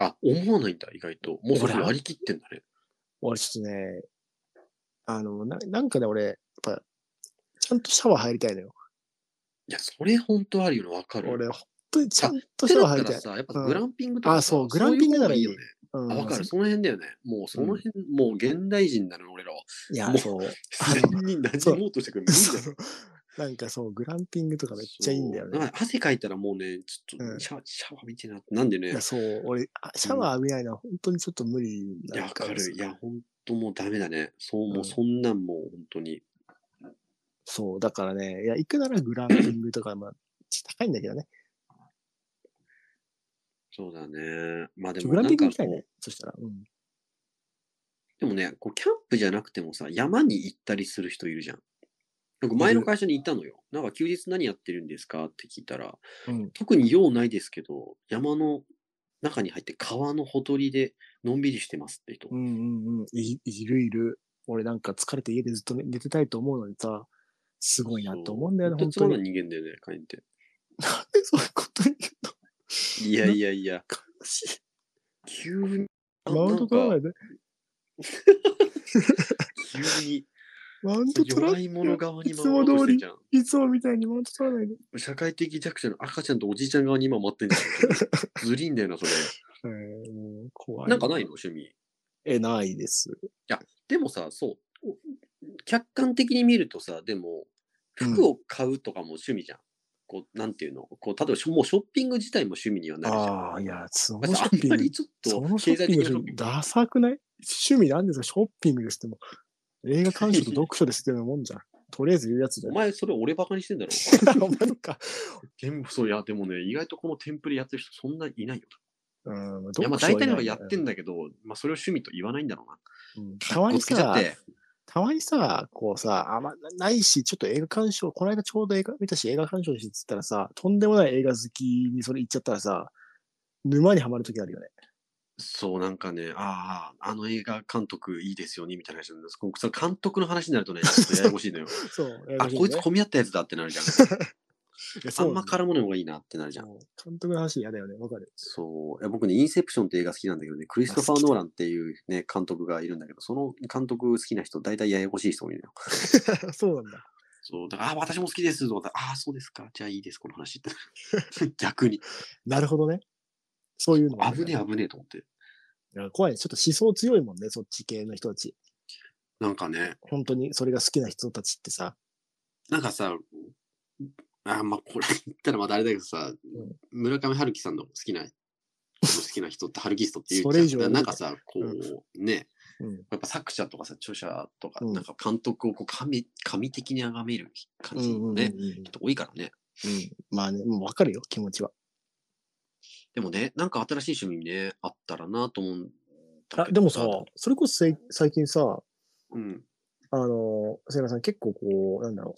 [SPEAKER 1] あ、思わないんだ、意外と。もうそれ
[SPEAKER 2] ほら
[SPEAKER 1] 割り切ってんだね。
[SPEAKER 2] 俺、ちょっとね、あの、ななんかね、俺、やっぱ、ちゃんとシャワー入りたいのよ。
[SPEAKER 1] いや、それ本当あるよね、わかる。
[SPEAKER 2] 俺、
[SPEAKER 1] っ
[SPEAKER 2] 本当にちゃんとシ
[SPEAKER 1] て
[SPEAKER 2] ャワー
[SPEAKER 1] なっ
[SPEAKER 2] 入り
[SPEAKER 1] た
[SPEAKER 2] た
[SPEAKER 1] らさ、
[SPEAKER 2] い。
[SPEAKER 1] やっぱ
[SPEAKER 2] うん
[SPEAKER 1] グランピングとかさ、
[SPEAKER 2] あそう
[SPEAKER 1] い
[SPEAKER 2] グランピン
[SPEAKER 1] 方
[SPEAKER 2] グな
[SPEAKER 1] が
[SPEAKER 2] らいい
[SPEAKER 1] いいよね。
[SPEAKER 2] うん
[SPEAKER 1] あわかる、その辺だよね。もうその辺、もう現代人になる俺らは。
[SPEAKER 2] いや
[SPEAKER 1] も、う
[SPEAKER 2] そう。
[SPEAKER 1] 自然に馴染もうとしてくる。無理だよ
[SPEAKER 2] そう なんかそう、グランピングとかめっちゃいいんだよ
[SPEAKER 1] そう
[SPEAKER 2] ね。
[SPEAKER 1] なんか汗かいたらもうね、ちょっ
[SPEAKER 2] うん
[SPEAKER 1] とシャ,、シャワー見てえなって、なんでね、
[SPEAKER 2] い
[SPEAKER 1] い
[SPEAKER 2] や、そう、俺、あシャワー浴びないのは本当にちょっと無理
[SPEAKER 1] や、
[SPEAKER 2] な
[SPEAKER 1] わ
[SPEAKER 2] んだ
[SPEAKER 1] か
[SPEAKER 2] よ
[SPEAKER 1] る。いや、ほんともうダメだね。そう、も
[SPEAKER 2] うん
[SPEAKER 1] うそんなんもう本当に。
[SPEAKER 2] そう、だからね、いや、行くならグランピングとか、まあ、ちょっと高いんだけどね。
[SPEAKER 1] そうだね。まあで
[SPEAKER 2] ちょ
[SPEAKER 1] も
[SPEAKER 2] グラン
[SPEAKER 1] なん
[SPEAKER 2] ピング
[SPEAKER 1] か
[SPEAKER 2] 行きたいね。そしたら、うん。
[SPEAKER 1] でもね、こうキャンプじゃなくてもさ、山に行ったりする人いるじゃん。なんか前の会社にいたのよ。なんか休日何やってるんですかって聞いたら、
[SPEAKER 2] うん
[SPEAKER 1] 特に用ないですけど、山の中に入って川のほとりでのんびりしてますって人。
[SPEAKER 2] うんうんうん。いいるいる。俺なんか疲れて家でずっと寝寝てたいと思うのにさ、すごいなと思うんだよね、
[SPEAKER 1] そう
[SPEAKER 2] 本
[SPEAKER 1] ほんとつま
[SPEAKER 2] 当
[SPEAKER 1] んない
[SPEAKER 2] に。
[SPEAKER 1] 人間だよね、カインって。
[SPEAKER 2] なんでそういうこと言うの
[SPEAKER 1] いやいやいや、
[SPEAKER 2] 悲しい。
[SPEAKER 1] 急に。あ
[SPEAKER 2] マウント取らな
[SPEAKER 1] なん
[SPEAKER 2] い
[SPEAKER 1] か
[SPEAKER 2] で。
[SPEAKER 1] 急に
[SPEAKER 2] マウント取ら
[SPEAKER 1] 弱
[SPEAKER 2] ない。
[SPEAKER 1] い者側に
[SPEAKER 2] い
[SPEAKER 1] 回
[SPEAKER 2] つも
[SPEAKER 1] ろうとしてんじゃん。
[SPEAKER 2] いつもみたいにマウント取らないで。
[SPEAKER 1] 社会的弱者の赤ちゃんとおじいちゃん側に今回ってんじゃん。ずりんだよな、それ。
[SPEAKER 2] えー、もう怖い。
[SPEAKER 1] なんかないの趣味。
[SPEAKER 2] え、ないです。
[SPEAKER 1] でもさ、そう。お客観的に見るとさ、でも、服を買うとかも趣味じゃん。こう、なんていうのこう、例えばしょ、もうショッピング自体も趣味にはなるじゃん。
[SPEAKER 2] ああ、いや、その
[SPEAKER 1] だ
[SPEAKER 2] シ
[SPEAKER 1] から
[SPEAKER 2] ョ
[SPEAKER 1] さ
[SPEAKER 2] ッ
[SPEAKER 1] あん
[SPEAKER 2] ピン
[SPEAKER 1] ま
[SPEAKER 2] グ
[SPEAKER 1] り。ちょっ
[SPEAKER 2] そ
[SPEAKER 1] と
[SPEAKER 2] のショ
[SPEAKER 1] 経済
[SPEAKER 2] ッピン
[SPEAKER 1] 的なショッ
[SPEAKER 2] グ
[SPEAKER 1] ピン、グ。
[SPEAKER 2] ダサくない趣味なんですかショッピングですっても。映画鑑賞と読書ですってようなもんじゃん。とりあえず言うやつじゃ
[SPEAKER 1] お
[SPEAKER 2] ん。
[SPEAKER 1] 前、それ俺バカにしてんだろ。
[SPEAKER 2] お前のか。
[SPEAKER 1] 全部、そういや、でもね、意外とこのテンプレやってる人そんなにいないよ。
[SPEAKER 2] うん、
[SPEAKER 1] いや、まあ大体なんかやってん
[SPEAKER 2] だ、
[SPEAKER 1] だけど、まあそれを趣味と言わないんだろうな。
[SPEAKER 2] うんたま
[SPEAKER 1] こ
[SPEAKER 2] に
[SPEAKER 1] っつけちゃっ
[SPEAKER 2] さ、
[SPEAKER 1] て。
[SPEAKER 2] たまにさ、こうさ、あまないし、ちょっと映画鑑賞、この間ちょうど映画見たし、映画鑑賞してっつったらさ、とんでもない映画好きにそれ言っちゃったらさ、沼にはまるときあるよね。
[SPEAKER 1] そう、なんかね、ああ、あの映画監督いいですよね、みたいな話なんです。こうその監督の話にな るとね、ちょっとややこしいのよ。
[SPEAKER 2] そう、映画
[SPEAKER 1] あ、
[SPEAKER 2] 鑑賞ね
[SPEAKER 1] こいつ混み合ったやつだってなるじゃ ん。
[SPEAKER 2] いやそ
[SPEAKER 1] あ
[SPEAKER 2] うん
[SPEAKER 1] ま絡むのがいいなってなるじゃん。
[SPEAKER 2] もう監督の話嫌だよね、わかる。
[SPEAKER 1] そう。いや僕ね、インセプションって映画好きなんだけどね、クリストファー・ノーランっていうね、監督がいるんだけど、その監督好きな人、大体ややこしい人もいるのよ。
[SPEAKER 2] そうなんだ。
[SPEAKER 1] そう。だから、あ、私も好きですとか、ああ、そうですか。じゃあいいです、この 話って。逆に。
[SPEAKER 2] なるほどね。そういうのもある
[SPEAKER 1] 危
[SPEAKER 2] よ
[SPEAKER 1] ねえ、危ねえと思って。
[SPEAKER 2] いや怖いね。ちょっと思想強いもんね、そっち系の人たち。
[SPEAKER 1] なんかね、
[SPEAKER 2] 本当にそれが好きな人たちってさ。
[SPEAKER 1] なんかさ、あまあこれ言ったらまたあれだけどさ、村上春樹さんの好きな好きな人って春樹人っていうじゃん
[SPEAKER 2] それ以上
[SPEAKER 1] だからなんかさこう、ね
[SPEAKER 2] うん。
[SPEAKER 1] やっぱ作者とかさ著者とか、
[SPEAKER 2] うん
[SPEAKER 1] なんか監督をこう神神的に崇める感
[SPEAKER 2] うん
[SPEAKER 1] じ
[SPEAKER 2] うんう
[SPEAKER 1] の
[SPEAKER 2] ん
[SPEAKER 1] ね、
[SPEAKER 2] うん
[SPEAKER 1] 人多いからね
[SPEAKER 2] まあね、もうわかるよ、気持ちは。
[SPEAKER 1] でもねなんか新しい趣味ねあったらなと思うんだ
[SPEAKER 2] あ
[SPEAKER 1] けど
[SPEAKER 2] でもさ、それこそせ最近さ、
[SPEAKER 1] うん、
[SPEAKER 2] あの、せいらさん結構こう、なんだろ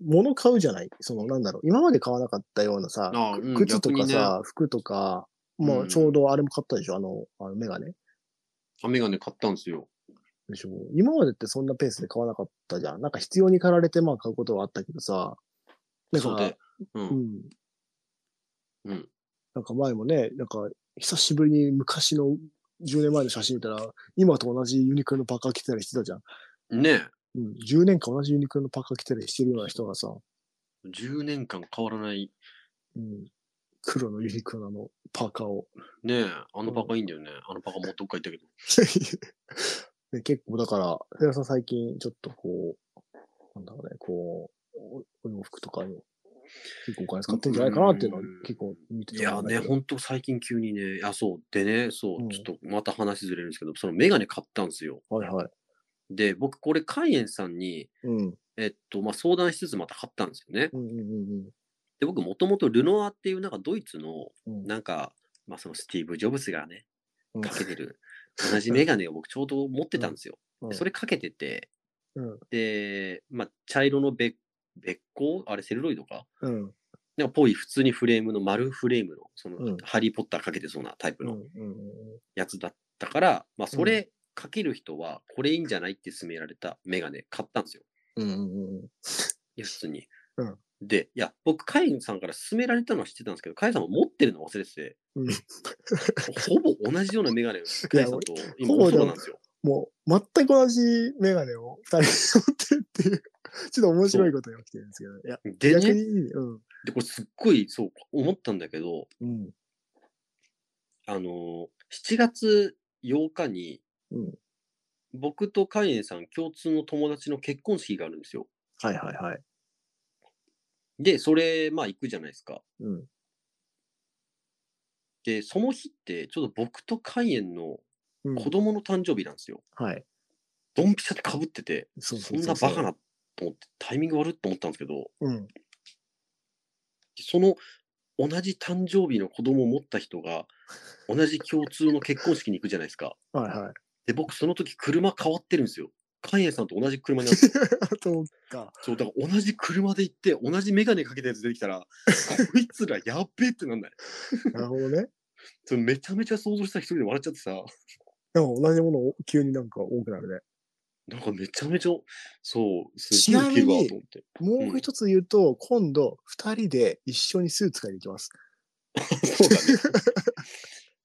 [SPEAKER 2] う、物買うじゃないその、なんだろう、今まで買わなかったようなさ、
[SPEAKER 1] あうん
[SPEAKER 2] 靴と
[SPEAKER 1] 逆
[SPEAKER 2] か
[SPEAKER 1] にね
[SPEAKER 2] さ、服とか、もううんちょうどあれも買ったでしょ、あの、あのメガネ
[SPEAKER 1] あメガネ買ったんですよ
[SPEAKER 2] でしょ。今までってそんなペースで買わなかったじゃん。なんか必要に駆られてまあ買うことはあったけどさ、なん
[SPEAKER 1] そう
[SPEAKER 2] か
[SPEAKER 1] で、うん
[SPEAKER 2] う、ん。
[SPEAKER 1] うん
[SPEAKER 2] なんか前もね、なんか久しぶりに昔の10年前の写真見たら、今と同じユニクロのパーカー着てたりしてたじゃん。
[SPEAKER 1] ね
[SPEAKER 2] うん、10年間同じユニクロのパーカー着てたりしてるような人がさ、
[SPEAKER 1] 10年間変わらない
[SPEAKER 2] うん、黒のユニクロのあのパーカーを。
[SPEAKER 1] ねあのバカいいんだよね、あのバカもうどっか行ったけど
[SPEAKER 2] で結構だから、寺田さん最近ちょっとこう、なんだろうね、こう、おお洋服とかに結構お金使ってんじゃないかなっていうのは
[SPEAKER 1] うん
[SPEAKER 2] 結構見て
[SPEAKER 1] い
[SPEAKER 2] た
[SPEAKER 1] や
[SPEAKER 2] んだ
[SPEAKER 1] ね、
[SPEAKER 2] けど
[SPEAKER 1] ほんと最近急にね、あ、そう、でね、そう、
[SPEAKER 2] うん
[SPEAKER 1] ちょっとまた話ずれるんですけど、そのメガネ買ったんですよ。
[SPEAKER 2] はいはい。
[SPEAKER 1] で、僕、これ、カイエンさんに、
[SPEAKER 2] うん。
[SPEAKER 1] えっと、まあ、相談しつつまた買ったんですよね。
[SPEAKER 2] うんうんうん
[SPEAKER 1] で、僕、もともとルノアっていう、なんかドイツの、
[SPEAKER 2] うん。うん
[SPEAKER 1] なんか、まあ、そのスティーブ・ジョブズがね、
[SPEAKER 2] うん
[SPEAKER 1] かけてる、同じメガネを僕、ちょうど持ってたんですよ。
[SPEAKER 2] うん
[SPEAKER 1] でそれかけてて、
[SPEAKER 2] うん
[SPEAKER 1] で、まあ、茶色のべべっこうあれ、セルロイドか
[SPEAKER 2] うんうん
[SPEAKER 1] なんか、ぽい、普通にフレームの、丸フレームの、その、
[SPEAKER 2] うん
[SPEAKER 1] ハリー・ポッターかけてそうなタイプ
[SPEAKER 2] うん
[SPEAKER 1] の、
[SPEAKER 2] うん
[SPEAKER 1] やつだったから、まあ、
[SPEAKER 2] うん
[SPEAKER 1] それかける人は、これいいんじゃないって勧められたメガネ買ったんですよ。
[SPEAKER 2] うんうん
[SPEAKER 1] いや、普通に。
[SPEAKER 2] うん
[SPEAKER 1] で、いや、僕、カインさんから勧められたのは知ってたんですけど、カインさんは持ってるの忘れてて、
[SPEAKER 2] うん
[SPEAKER 1] ほぼ同じようなメガネをカインさんと今、
[SPEAKER 2] ほぼ
[SPEAKER 1] お
[SPEAKER 2] だ
[SPEAKER 1] 風呂なんですよ。
[SPEAKER 2] もう、全く同じメガネを二人持ってるっていう、ちょっと面白いことが起きてるんですけど、いや、
[SPEAKER 1] で
[SPEAKER 2] 逆
[SPEAKER 1] ね
[SPEAKER 2] に、いいね。うん。
[SPEAKER 1] でこれすっごいそう思ったんだけど、
[SPEAKER 2] うん。
[SPEAKER 1] あのー、7月8日に、
[SPEAKER 2] うん
[SPEAKER 1] 僕とカイエンさん共通の友達の結婚式があるんですよ。
[SPEAKER 2] はいはいはい。
[SPEAKER 1] で、それ、まあ行くじゃないですか。
[SPEAKER 2] うん。
[SPEAKER 1] で、その日って、ちょっと僕と海燕の
[SPEAKER 2] うん
[SPEAKER 1] 子供の誕生日なんですよ。
[SPEAKER 2] はい。
[SPEAKER 1] ドンピシャで被ってて、
[SPEAKER 2] そう
[SPEAKER 1] そ
[SPEAKER 2] そ
[SPEAKER 1] ん
[SPEAKER 2] う
[SPEAKER 1] な
[SPEAKER 2] う
[SPEAKER 1] バカなと思って、タイミング悪いと思ったんですけど、
[SPEAKER 2] うん。
[SPEAKER 1] その同じ誕生日の子供を持った人 が、同じ共通の結婚式に行くじゃないですか。
[SPEAKER 2] はい はい。
[SPEAKER 1] で、僕、その時車変わってるんですよ。海燕さんと同じ車になってて
[SPEAKER 2] そうか。
[SPEAKER 1] そう、だから同じ車で行って、同じメガネかけたやつ出てきたら、こいつらやっべえってなんない。
[SPEAKER 2] なるほどね。
[SPEAKER 1] それめちゃめちゃ想像したら一人で笑っちゃってさ、
[SPEAKER 2] でも同じものを急になんか多くなるね。
[SPEAKER 1] なんかめちゃめちゃ、そう、すげえウケるわと思って。
[SPEAKER 2] もう一つ言うと、今度、二人で一緒にスーツ買いに行きます。
[SPEAKER 1] そうだね。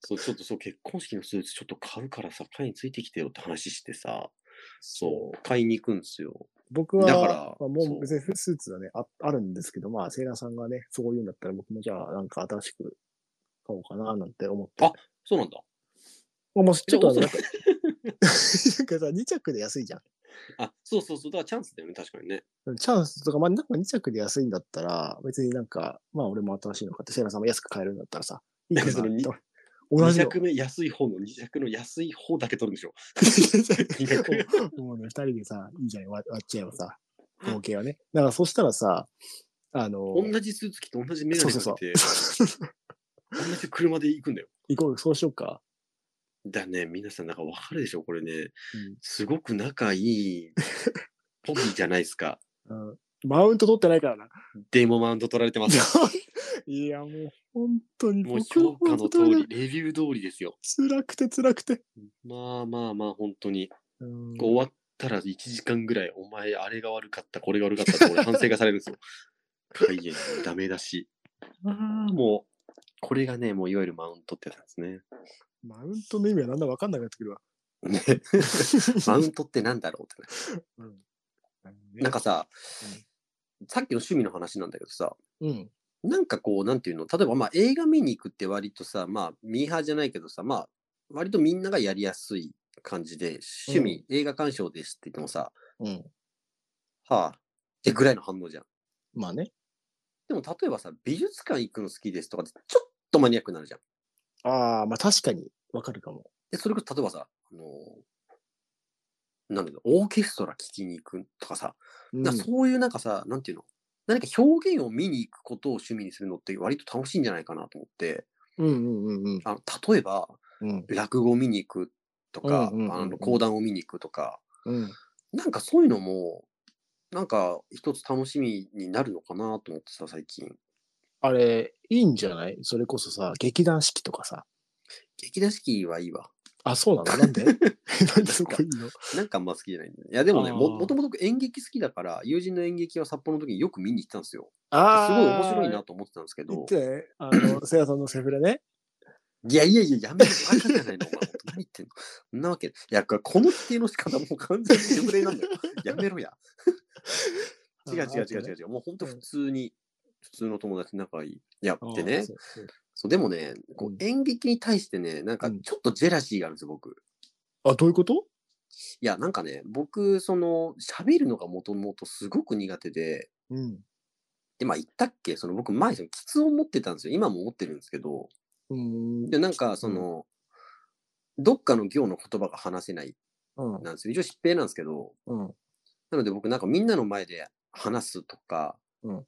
[SPEAKER 1] そう、ちょっとそう、結婚式のスーツちょっと買うからさ、会についてきてよって話してさ、そう、買いに行くんですよ。
[SPEAKER 2] 僕は、
[SPEAKER 1] だから
[SPEAKER 2] まあ、も
[SPEAKER 1] そう
[SPEAKER 2] う別にスーツはねあ、あるんですけど、まあ、セイラさんがね、そう言うんだったら、僕もじゃあ、なんか新しく買おうかな、なんて思って。
[SPEAKER 1] あそうなんだ。
[SPEAKER 2] まあ、もうちょっとあの、
[SPEAKER 1] じ
[SPEAKER 2] な
[SPEAKER 1] ゃ
[SPEAKER 2] んか なんかさ、2着で安いじゃん。
[SPEAKER 1] あ、そうそうそう、だからチャンスだよね、確かにね。
[SPEAKER 2] チャンスとか、まあ、なんか2着で安いんだったら、別になんか、まあ、俺も新しいの買って、セイラさんも安く買えるんだったらさ、いいかな
[SPEAKER 1] そのに
[SPEAKER 2] と。同
[SPEAKER 1] 2
[SPEAKER 2] じの。
[SPEAKER 1] 着目安い方の2着の安い方だけ取るんでしょ。 二着
[SPEAKER 2] もうね、二人でさ、いいじゃん、割割っちゃえばさ、合計はね。だから、そしたらさ、あの、
[SPEAKER 1] 同じスーツ着て同じメガ
[SPEAKER 2] そう
[SPEAKER 1] ネ
[SPEAKER 2] そうそ
[SPEAKER 1] か
[SPEAKER 2] う
[SPEAKER 1] けて、。同じ車で行くんだよ。
[SPEAKER 2] 行こう、そうしようか。
[SPEAKER 1] だね、皆さんなんかわかるでしょ、これね
[SPEAKER 2] うん。
[SPEAKER 1] すごく仲いいポギじゃないですか。
[SPEAKER 2] うんマウント取ってないからな。
[SPEAKER 1] デモマウント取られてますよ。
[SPEAKER 2] いや、もう本当に
[SPEAKER 1] もう
[SPEAKER 2] 僕
[SPEAKER 1] 評価の通
[SPEAKER 2] 本
[SPEAKER 1] り、レビュー通りですよ。
[SPEAKER 2] 当に辛くて辛くて。
[SPEAKER 1] まあまあまあ、本当に。
[SPEAKER 2] うん
[SPEAKER 1] 終わったら1時間ぐらい、お前、あれが悪かった、これが悪かったって俺反省がされるん ですよ。海外のダメだし。ああ、もう、これがね、もういわゆるマウントってやつですね。
[SPEAKER 2] マウントの意味はなんだか分かんなくなってくるわ。
[SPEAKER 1] ねマウントってなんだろうってね。 なんか、さ、さっきの趣味の話なんだけどさ、
[SPEAKER 2] うん。
[SPEAKER 1] なんかこう、なんていうの、例えばまあ映画見に行くって割とさ、まあミーハーじゃないけどさ、まあ割とみんながやりやすい感じで、趣味、映画鑑賞ですって言ってもさ、
[SPEAKER 2] うん。
[SPEAKER 1] はあ、ってぐらいの反応じゃん。
[SPEAKER 2] まあね。
[SPEAKER 1] でも例えばさ、美術館行くの好きですとかってちょっとマニアックになるじゃん。
[SPEAKER 2] ああ、まあ確かに分かるかも。
[SPEAKER 1] で、それこそ例えばさ、あのーなんだろう、オーケストラ聴きに行くとかさ、
[SPEAKER 2] うん
[SPEAKER 1] なんかそういうなんかさ、なんていうの、何か表現を見に行くことを趣味にするのって割と楽しいんじゃないかなと思って、
[SPEAKER 2] うんうんうん
[SPEAKER 1] あの例えば、
[SPEAKER 2] うん。
[SPEAKER 1] 落語を見に行くとか、
[SPEAKER 2] うんうんうんうん
[SPEAKER 1] あの講談を見に行くとか、
[SPEAKER 2] うん。
[SPEAKER 1] なんかそういうのも、なんか一つ楽しみになるのかなと思ってさ、最近。
[SPEAKER 2] あれ、いいんじゃないそれこそさ、劇団四季とかさ。
[SPEAKER 1] 劇団四季はいいわ。
[SPEAKER 2] あ、そうなのな んでなんでそこいいの
[SPEAKER 1] なんかあんま好きじゃないんだよね。いや、でもね、
[SPEAKER 2] あー
[SPEAKER 1] ももともと僕演劇好きだから、友人の演劇は札幌の時によく見に行ってたんですよ。
[SPEAKER 2] あ
[SPEAKER 1] すごい面白いなと思ってたんですけ
[SPEAKER 2] 言
[SPEAKER 1] ど
[SPEAKER 2] っ。てね、あ の、せいやさんのセフレね。
[SPEAKER 1] いやいやいや、やめろ、バカじゃないの、お前。何言ってんのそんなわけ。いや、これこの否定の仕方もう完全にセフレなんだ よ。やめろや。違う違う違う違う違う。もう本当普通に、普通の友達仲いい。いや、でね、
[SPEAKER 2] そうそう
[SPEAKER 1] そう、でもね、こ
[SPEAKER 2] う
[SPEAKER 1] うん演劇に対してね、なんか
[SPEAKER 2] うん
[SPEAKER 1] ちょっとジェラシーがあるんですよ、僕。
[SPEAKER 2] あ、どういうこと
[SPEAKER 1] いや、なんかね、僕、その、喋るのがもともとすごく苦手で、
[SPEAKER 2] うん。
[SPEAKER 1] で、まあ言ったっけ、その僕前、その喫音持ってたんですよ。今も持ってるんですけど、
[SPEAKER 2] うん。
[SPEAKER 1] で、なんかその、どっかの行の言葉が話せない
[SPEAKER 2] うん。
[SPEAKER 1] なんですよ。一応疾病なんですけど、
[SPEAKER 2] うん。
[SPEAKER 1] なので僕なんかみんなの前で話すとか
[SPEAKER 2] うん、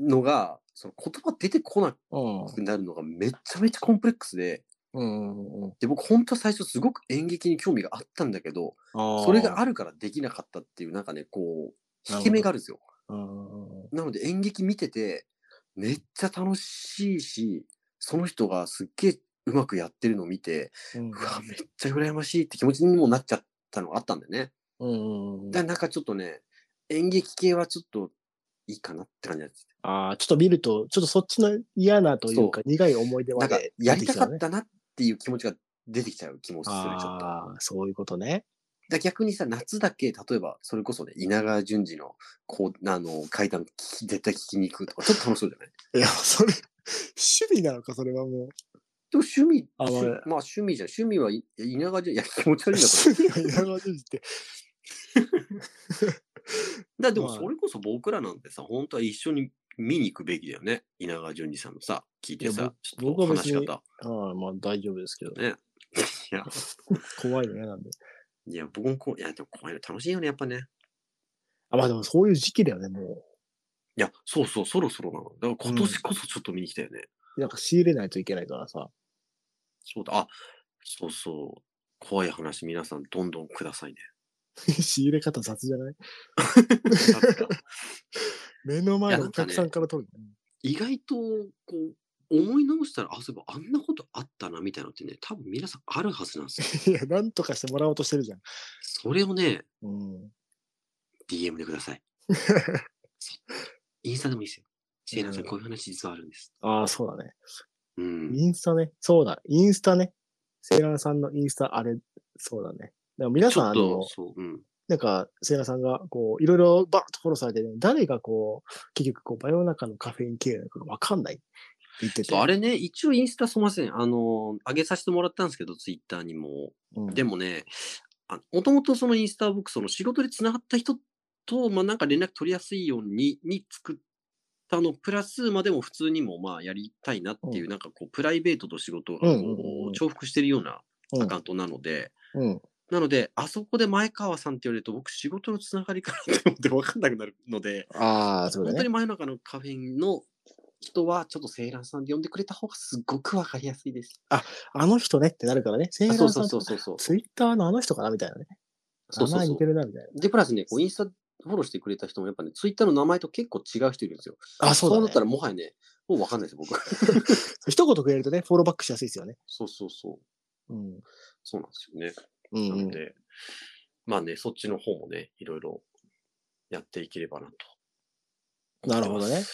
[SPEAKER 1] のが、その言葉出てこな
[SPEAKER 2] うん。
[SPEAKER 1] くなるのがめちゃめちゃコンプレックスで、
[SPEAKER 2] うん。
[SPEAKER 1] で、僕本当は最初すごく演劇に興味があったんだけど、
[SPEAKER 2] そ
[SPEAKER 1] それが
[SPEAKER 2] あ
[SPEAKER 1] あるからできなかったっていう、なんかね、こう、
[SPEAKER 2] なるほど
[SPEAKER 1] 引け目があるんですよ。
[SPEAKER 2] ーうん
[SPEAKER 1] なので演劇見てて、めっちゃ楽しいし、その人がすっげえうまくやってるのを見て、
[SPEAKER 2] うん
[SPEAKER 1] うわ、めっちゃ羨ましいって気持ちにもなっちゃったのがあったんだよね。
[SPEAKER 2] うん。
[SPEAKER 1] だからなんかちょっとね、演劇系はちょっといいかなって感じなんです。
[SPEAKER 2] ああ、ちょっと見ると、ちょっとそっちの嫌なというか、苦い思い出
[SPEAKER 1] な
[SPEAKER 2] ま
[SPEAKER 1] んか
[SPEAKER 2] で
[SPEAKER 1] やりたかっ
[SPEAKER 2] 出
[SPEAKER 1] て
[SPEAKER 2] きた
[SPEAKER 1] た
[SPEAKER 2] ね。
[SPEAKER 1] なっていう気持ちが出てきちゃう気もする、ちょっと。だか
[SPEAKER 2] ああ、そういうことね。
[SPEAKER 1] ら逆にさ、夏だけ、例えば、それこそね、稲川淳二の、こう、あの、階段、き絶対聞きに行くとか、ちょっと楽しそうじゃない
[SPEAKER 2] いや、それ、趣味なのか、それはもう。
[SPEAKER 1] でも趣味、
[SPEAKER 2] あ
[SPEAKER 1] 趣
[SPEAKER 2] まあ
[SPEAKER 1] まあ趣味じゃん。趣味はい稲川淳二、いや、気持ち悪いんだから。
[SPEAKER 2] 趣味は 稲川淳二って。
[SPEAKER 1] だからでも
[SPEAKER 2] はい
[SPEAKER 1] それこそ僕らなんてさ、本当は一緒に見に行くべきだよね。稲川淳二さんのさ、聞いて
[SPEAKER 2] い
[SPEAKER 1] さ
[SPEAKER 2] や、
[SPEAKER 1] ちょっ
[SPEAKER 2] 僕
[SPEAKER 1] と
[SPEAKER 2] は別
[SPEAKER 1] 話し
[SPEAKER 2] に
[SPEAKER 1] 方。
[SPEAKER 2] はい、まあ大丈夫ですけど、
[SPEAKER 1] ね。いや、
[SPEAKER 2] 怖いの嫌なんで。
[SPEAKER 1] いや、僕もこう、いや、でも怖いの楽しいよね、やっぱね。
[SPEAKER 2] あ、まあでもそういう時期だよね、も
[SPEAKER 1] いや、そうそう、そろそろなの。だから今年こそちょっと見に来たよね。
[SPEAKER 2] う。なんか仕入れないといけないからさ。
[SPEAKER 1] そうだ、あ、そうそう。怖い話、皆さん、どんどんくださいね。
[SPEAKER 2] 仕入れ方雑じゃない目の前のお客さんから取る。
[SPEAKER 1] 意外と、こう、思い直したら、あ、そういえばあんなことあったな、みたいなのってね、多分皆さんあるはずなんですよ。
[SPEAKER 2] いや、なんとかしてもらおうとしてるじゃん。
[SPEAKER 1] それをね、
[SPEAKER 2] うん。
[SPEAKER 1] DM でください。そうインスタでもいいですよ。シエナさん、
[SPEAKER 2] うん
[SPEAKER 1] こういう話実はあるんです。
[SPEAKER 2] ああ、そうだね。
[SPEAKER 1] うん。
[SPEAKER 2] インスタね。そうだ。インスタね。セイラーさんのインスタ、あれ、そうだね。でも皆
[SPEAKER 1] ち
[SPEAKER 2] さん、
[SPEAKER 1] ょ
[SPEAKER 2] あ
[SPEAKER 1] っ
[SPEAKER 2] の
[SPEAKER 1] と、、そう、うん。
[SPEAKER 2] なんか、セイラさんが、こう、いろいろバーッとフォローされてね、誰がこう、結局、こう、真夜中のカフェイン経由なのかわかんないって言ってて。
[SPEAKER 1] そうあれね、一応インスタすみません。あの、上げさせてもらったんですけど、ツイッターにも。
[SPEAKER 2] うん
[SPEAKER 1] でもね、もともとそのインスタは僕、その仕事でつながった人と、まあなんか連絡取りやすいように、に作ったの、プラス、まあでも普通にもまあやりたいなっていう、
[SPEAKER 2] う
[SPEAKER 1] なんかこう、プライベートと仕事が
[SPEAKER 2] うん
[SPEAKER 1] こ
[SPEAKER 2] うんうんうん
[SPEAKER 1] う重複してるような
[SPEAKER 2] うん
[SPEAKER 1] アカウントなので、
[SPEAKER 2] うん。
[SPEAKER 1] なので、あそこで前川さんって言われると、僕、仕事のつながりかなって思って分かんなくなるので、
[SPEAKER 2] ああ、そうだ
[SPEAKER 1] 本
[SPEAKER 2] ね
[SPEAKER 1] 当。に真夜中のカフェインの人は、ちょっとセイランさんで呼んでくれた方がすごく分かりやすいです。
[SPEAKER 2] あの人ねってなるからね。セイ
[SPEAKER 1] あ
[SPEAKER 2] ラ
[SPEAKER 1] そう
[SPEAKER 2] ー
[SPEAKER 1] そ
[SPEAKER 2] さ
[SPEAKER 1] うんそ
[SPEAKER 2] と
[SPEAKER 1] うそうそう。
[SPEAKER 2] ツイッターのあの人かなみたいなね。
[SPEAKER 1] そう
[SPEAKER 2] 名
[SPEAKER 1] そう
[SPEAKER 2] 前
[SPEAKER 1] そう
[SPEAKER 2] 似てるなみたいな。
[SPEAKER 1] で、プラスね、こうインスタフォローしてくれた人も、やっぱね、ツイッターの名前と結構違う人いるんですよ。
[SPEAKER 2] あ、そうだ、
[SPEAKER 1] な
[SPEAKER 2] ね
[SPEAKER 1] っ。たら、もはやね、もう分かんないですよ、僕。
[SPEAKER 2] 一言くれるとね、フォローバックしやすいですよね。
[SPEAKER 1] そうそうそう。
[SPEAKER 2] うん。
[SPEAKER 1] そうなんですよね。
[SPEAKER 2] うん
[SPEAKER 1] な
[SPEAKER 2] う
[SPEAKER 1] の
[SPEAKER 2] ん。
[SPEAKER 1] で、まあね、そっちの方もね、いろいろやっていければなと。
[SPEAKER 2] なるほどね。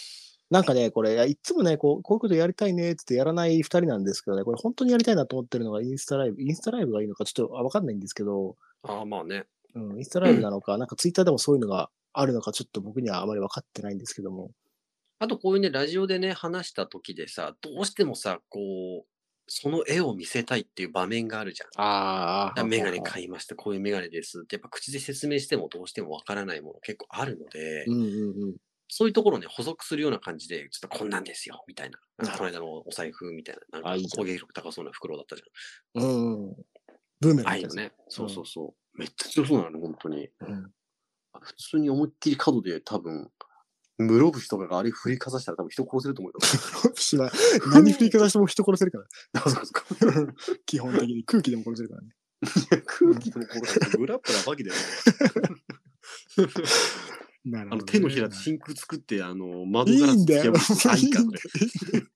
[SPEAKER 2] なんかね、これ、いやいつもね、こう、こういうことやりたいねってってやらない二人なんですけどね、これ本当にやりたいなと思ってるのがインスタライブ、インスタライブがいいのかちょっとあわかんないんですけど、
[SPEAKER 1] ああ、まあね。
[SPEAKER 2] うん、インスタライブなのか、なんかツイッターでもそういうのがあるのか、ちょっと僕にはあまり分かってないんですけども。
[SPEAKER 1] あとこういうね、ラジオでね、話した時でさ、どうしてもさ、こう、その絵を見せたいっていう場面があるじゃん。
[SPEAKER 2] あ
[SPEAKER 1] あメガネ買いました、こういうメガネですって、やっぱ口で説明してもどうしてもわからないもの結構あるので、
[SPEAKER 2] うんうんうん。
[SPEAKER 1] そういうところをね、補足するような感じで、ちょっとこんなんですよ、みたいな。なんかこの
[SPEAKER 2] な
[SPEAKER 1] 間のお財布みたいな、な
[SPEAKER 2] あ
[SPEAKER 1] ん
[SPEAKER 2] いい
[SPEAKER 1] か
[SPEAKER 2] じゃん
[SPEAKER 1] 攻撃力高そうな袋だったじ
[SPEAKER 2] うんうん。ブーメ
[SPEAKER 1] ゃん。あ
[SPEAKER 2] ラ
[SPEAKER 1] あ
[SPEAKER 2] ン
[SPEAKER 1] い
[SPEAKER 2] み
[SPEAKER 1] うの
[SPEAKER 2] たいなや
[SPEAKER 1] ね。そうそうそう。めっちゃ強そうなの、本当に。
[SPEAKER 2] つ。うん
[SPEAKER 1] 普通に思いっきり角で多分、室伏とかがあれ振りかざしたら多分人殺せる と思うよ。
[SPEAKER 2] 私は何振りかざしても人殺せるから、
[SPEAKER 1] あそうかそうか
[SPEAKER 2] 基本的に空気でも殺せるからね。
[SPEAKER 1] 空気の頃からグラップラーバキだよ、ね。
[SPEAKER 2] なる
[SPEAKER 1] あ
[SPEAKER 2] ほ
[SPEAKER 1] の
[SPEAKER 2] どね
[SPEAKER 1] 手のひらで真空作って、あの窓
[SPEAKER 2] い
[SPEAKER 1] ガラ
[SPEAKER 2] い
[SPEAKER 1] ス
[SPEAKER 2] ん
[SPEAKER 1] 突き
[SPEAKER 2] だ
[SPEAKER 1] 破
[SPEAKER 2] よ。
[SPEAKER 1] るあ いいか
[SPEAKER 2] いいん
[SPEAKER 1] そ
[SPEAKER 2] だよ
[SPEAKER 1] れ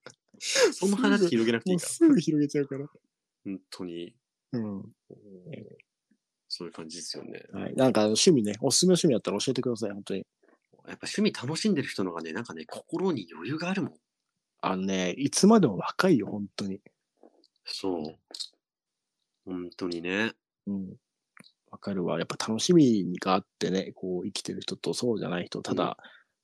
[SPEAKER 1] その話広げなくていい
[SPEAKER 2] も
[SPEAKER 1] うから。
[SPEAKER 2] すぐ広げちゃうから。
[SPEAKER 1] 本当に。
[SPEAKER 2] うん。
[SPEAKER 1] そういう感じですよね。
[SPEAKER 2] はい。なんか趣味ね、おすすめの趣味あったら教えてください、本当に。
[SPEAKER 1] やっぱ趣味楽しんでる人のがね、なんかね、心に余裕があるもん。
[SPEAKER 2] あのね、いつまでも若いよ、本当に。
[SPEAKER 1] そう。本当にね。
[SPEAKER 2] うん。わかるわ。やっぱ楽しみがあってね、こう生きてる人とそうじゃない人、ただ、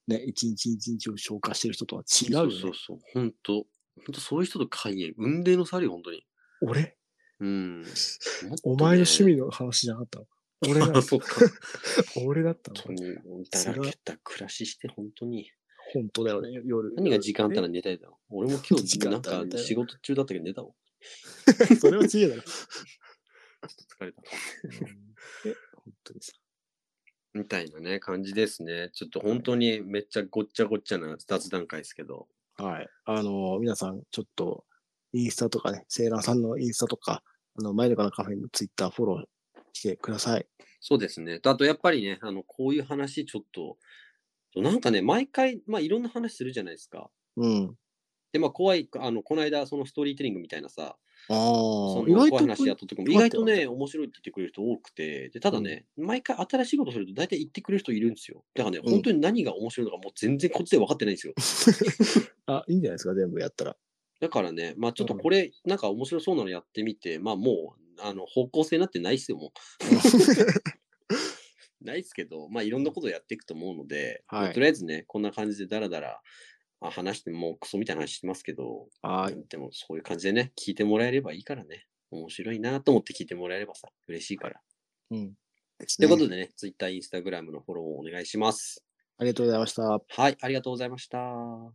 [SPEAKER 2] ね、一日一日を消化してる人とは違うよ、ね。
[SPEAKER 1] そうそうそう。本当本当そういう人と開演、運命の差あるよ、本当に。
[SPEAKER 2] 俺
[SPEAKER 1] うん。もっとね
[SPEAKER 2] お前の趣味の話じゃなかったの俺だ
[SPEAKER 1] あ、 そう か。
[SPEAKER 2] 俺だったの
[SPEAKER 1] 本当に、だらけた暮らしして、本当に。
[SPEAKER 2] 本当だよね、夜。
[SPEAKER 1] 何が時間あったら寝たいだろう。俺も今日、
[SPEAKER 2] 時間あ
[SPEAKER 1] な
[SPEAKER 2] っ
[SPEAKER 1] ん
[SPEAKER 2] たら
[SPEAKER 1] か
[SPEAKER 2] 寝たい
[SPEAKER 1] 仕事中だったけど寝たわ。
[SPEAKER 2] らそれは違え だろ。
[SPEAKER 1] ちょっと疲れた。
[SPEAKER 2] え、本当にさ。
[SPEAKER 1] みたいなね、感じですね。ちょっと本当にめっちゃごっちゃごっちゃな雑談会ですけど。
[SPEAKER 2] はい。あの、皆さん、ちょっと、インスタとかね、セイラーさんのインスタとか、あの、マイルカのカフェのツイッターフォローしてください。
[SPEAKER 1] そうですね。あとやっぱりね、あの、こういう話ちょっと、なんかね、毎回、まあいろんな話するじゃないですか。
[SPEAKER 2] うん。
[SPEAKER 1] で、まあ怖い、あの、この間、そのストーリーテリングみたいなさ、
[SPEAKER 2] あ
[SPEAKER 1] その
[SPEAKER 2] あ、意
[SPEAKER 1] 怖
[SPEAKER 2] 外
[SPEAKER 1] い
[SPEAKER 2] とこ
[SPEAKER 1] 話やっとっても、意外と
[SPEAKER 2] 待って
[SPEAKER 1] ね、面白いって言ってくれる人多くて、で、ただね、毎回新しいことすると大体言ってくれる人いるんですよ。だからね、
[SPEAKER 2] うん
[SPEAKER 1] 本当に何が面白いのかもう全然こっちで分かってないんですよ。
[SPEAKER 2] あ、いいんじゃないですか、全部やったら。
[SPEAKER 1] だからね、まあちょっとこれ、なんか面白そうなのやってみて、まあもう、あの、方向性になってないっすよ、も う。ないっすけど、まあいろんなことやっていくと思うので、
[SPEAKER 2] はい
[SPEAKER 1] まあとりあえずね、こんな感じでダラダラあ話して、もうクソみたいな話してますけど、
[SPEAKER 2] はい。
[SPEAKER 1] でもそういう感じでね、聞いてもらえればいいからね、面白いなと思って聞いてもらえればさ、嬉しいから。
[SPEAKER 2] うん。
[SPEAKER 1] ということ
[SPEAKER 2] で
[SPEAKER 1] でね、Twitter、Instagram のフォローをお願いします。
[SPEAKER 2] ありがとうございました。
[SPEAKER 1] はい、ありがとうございました。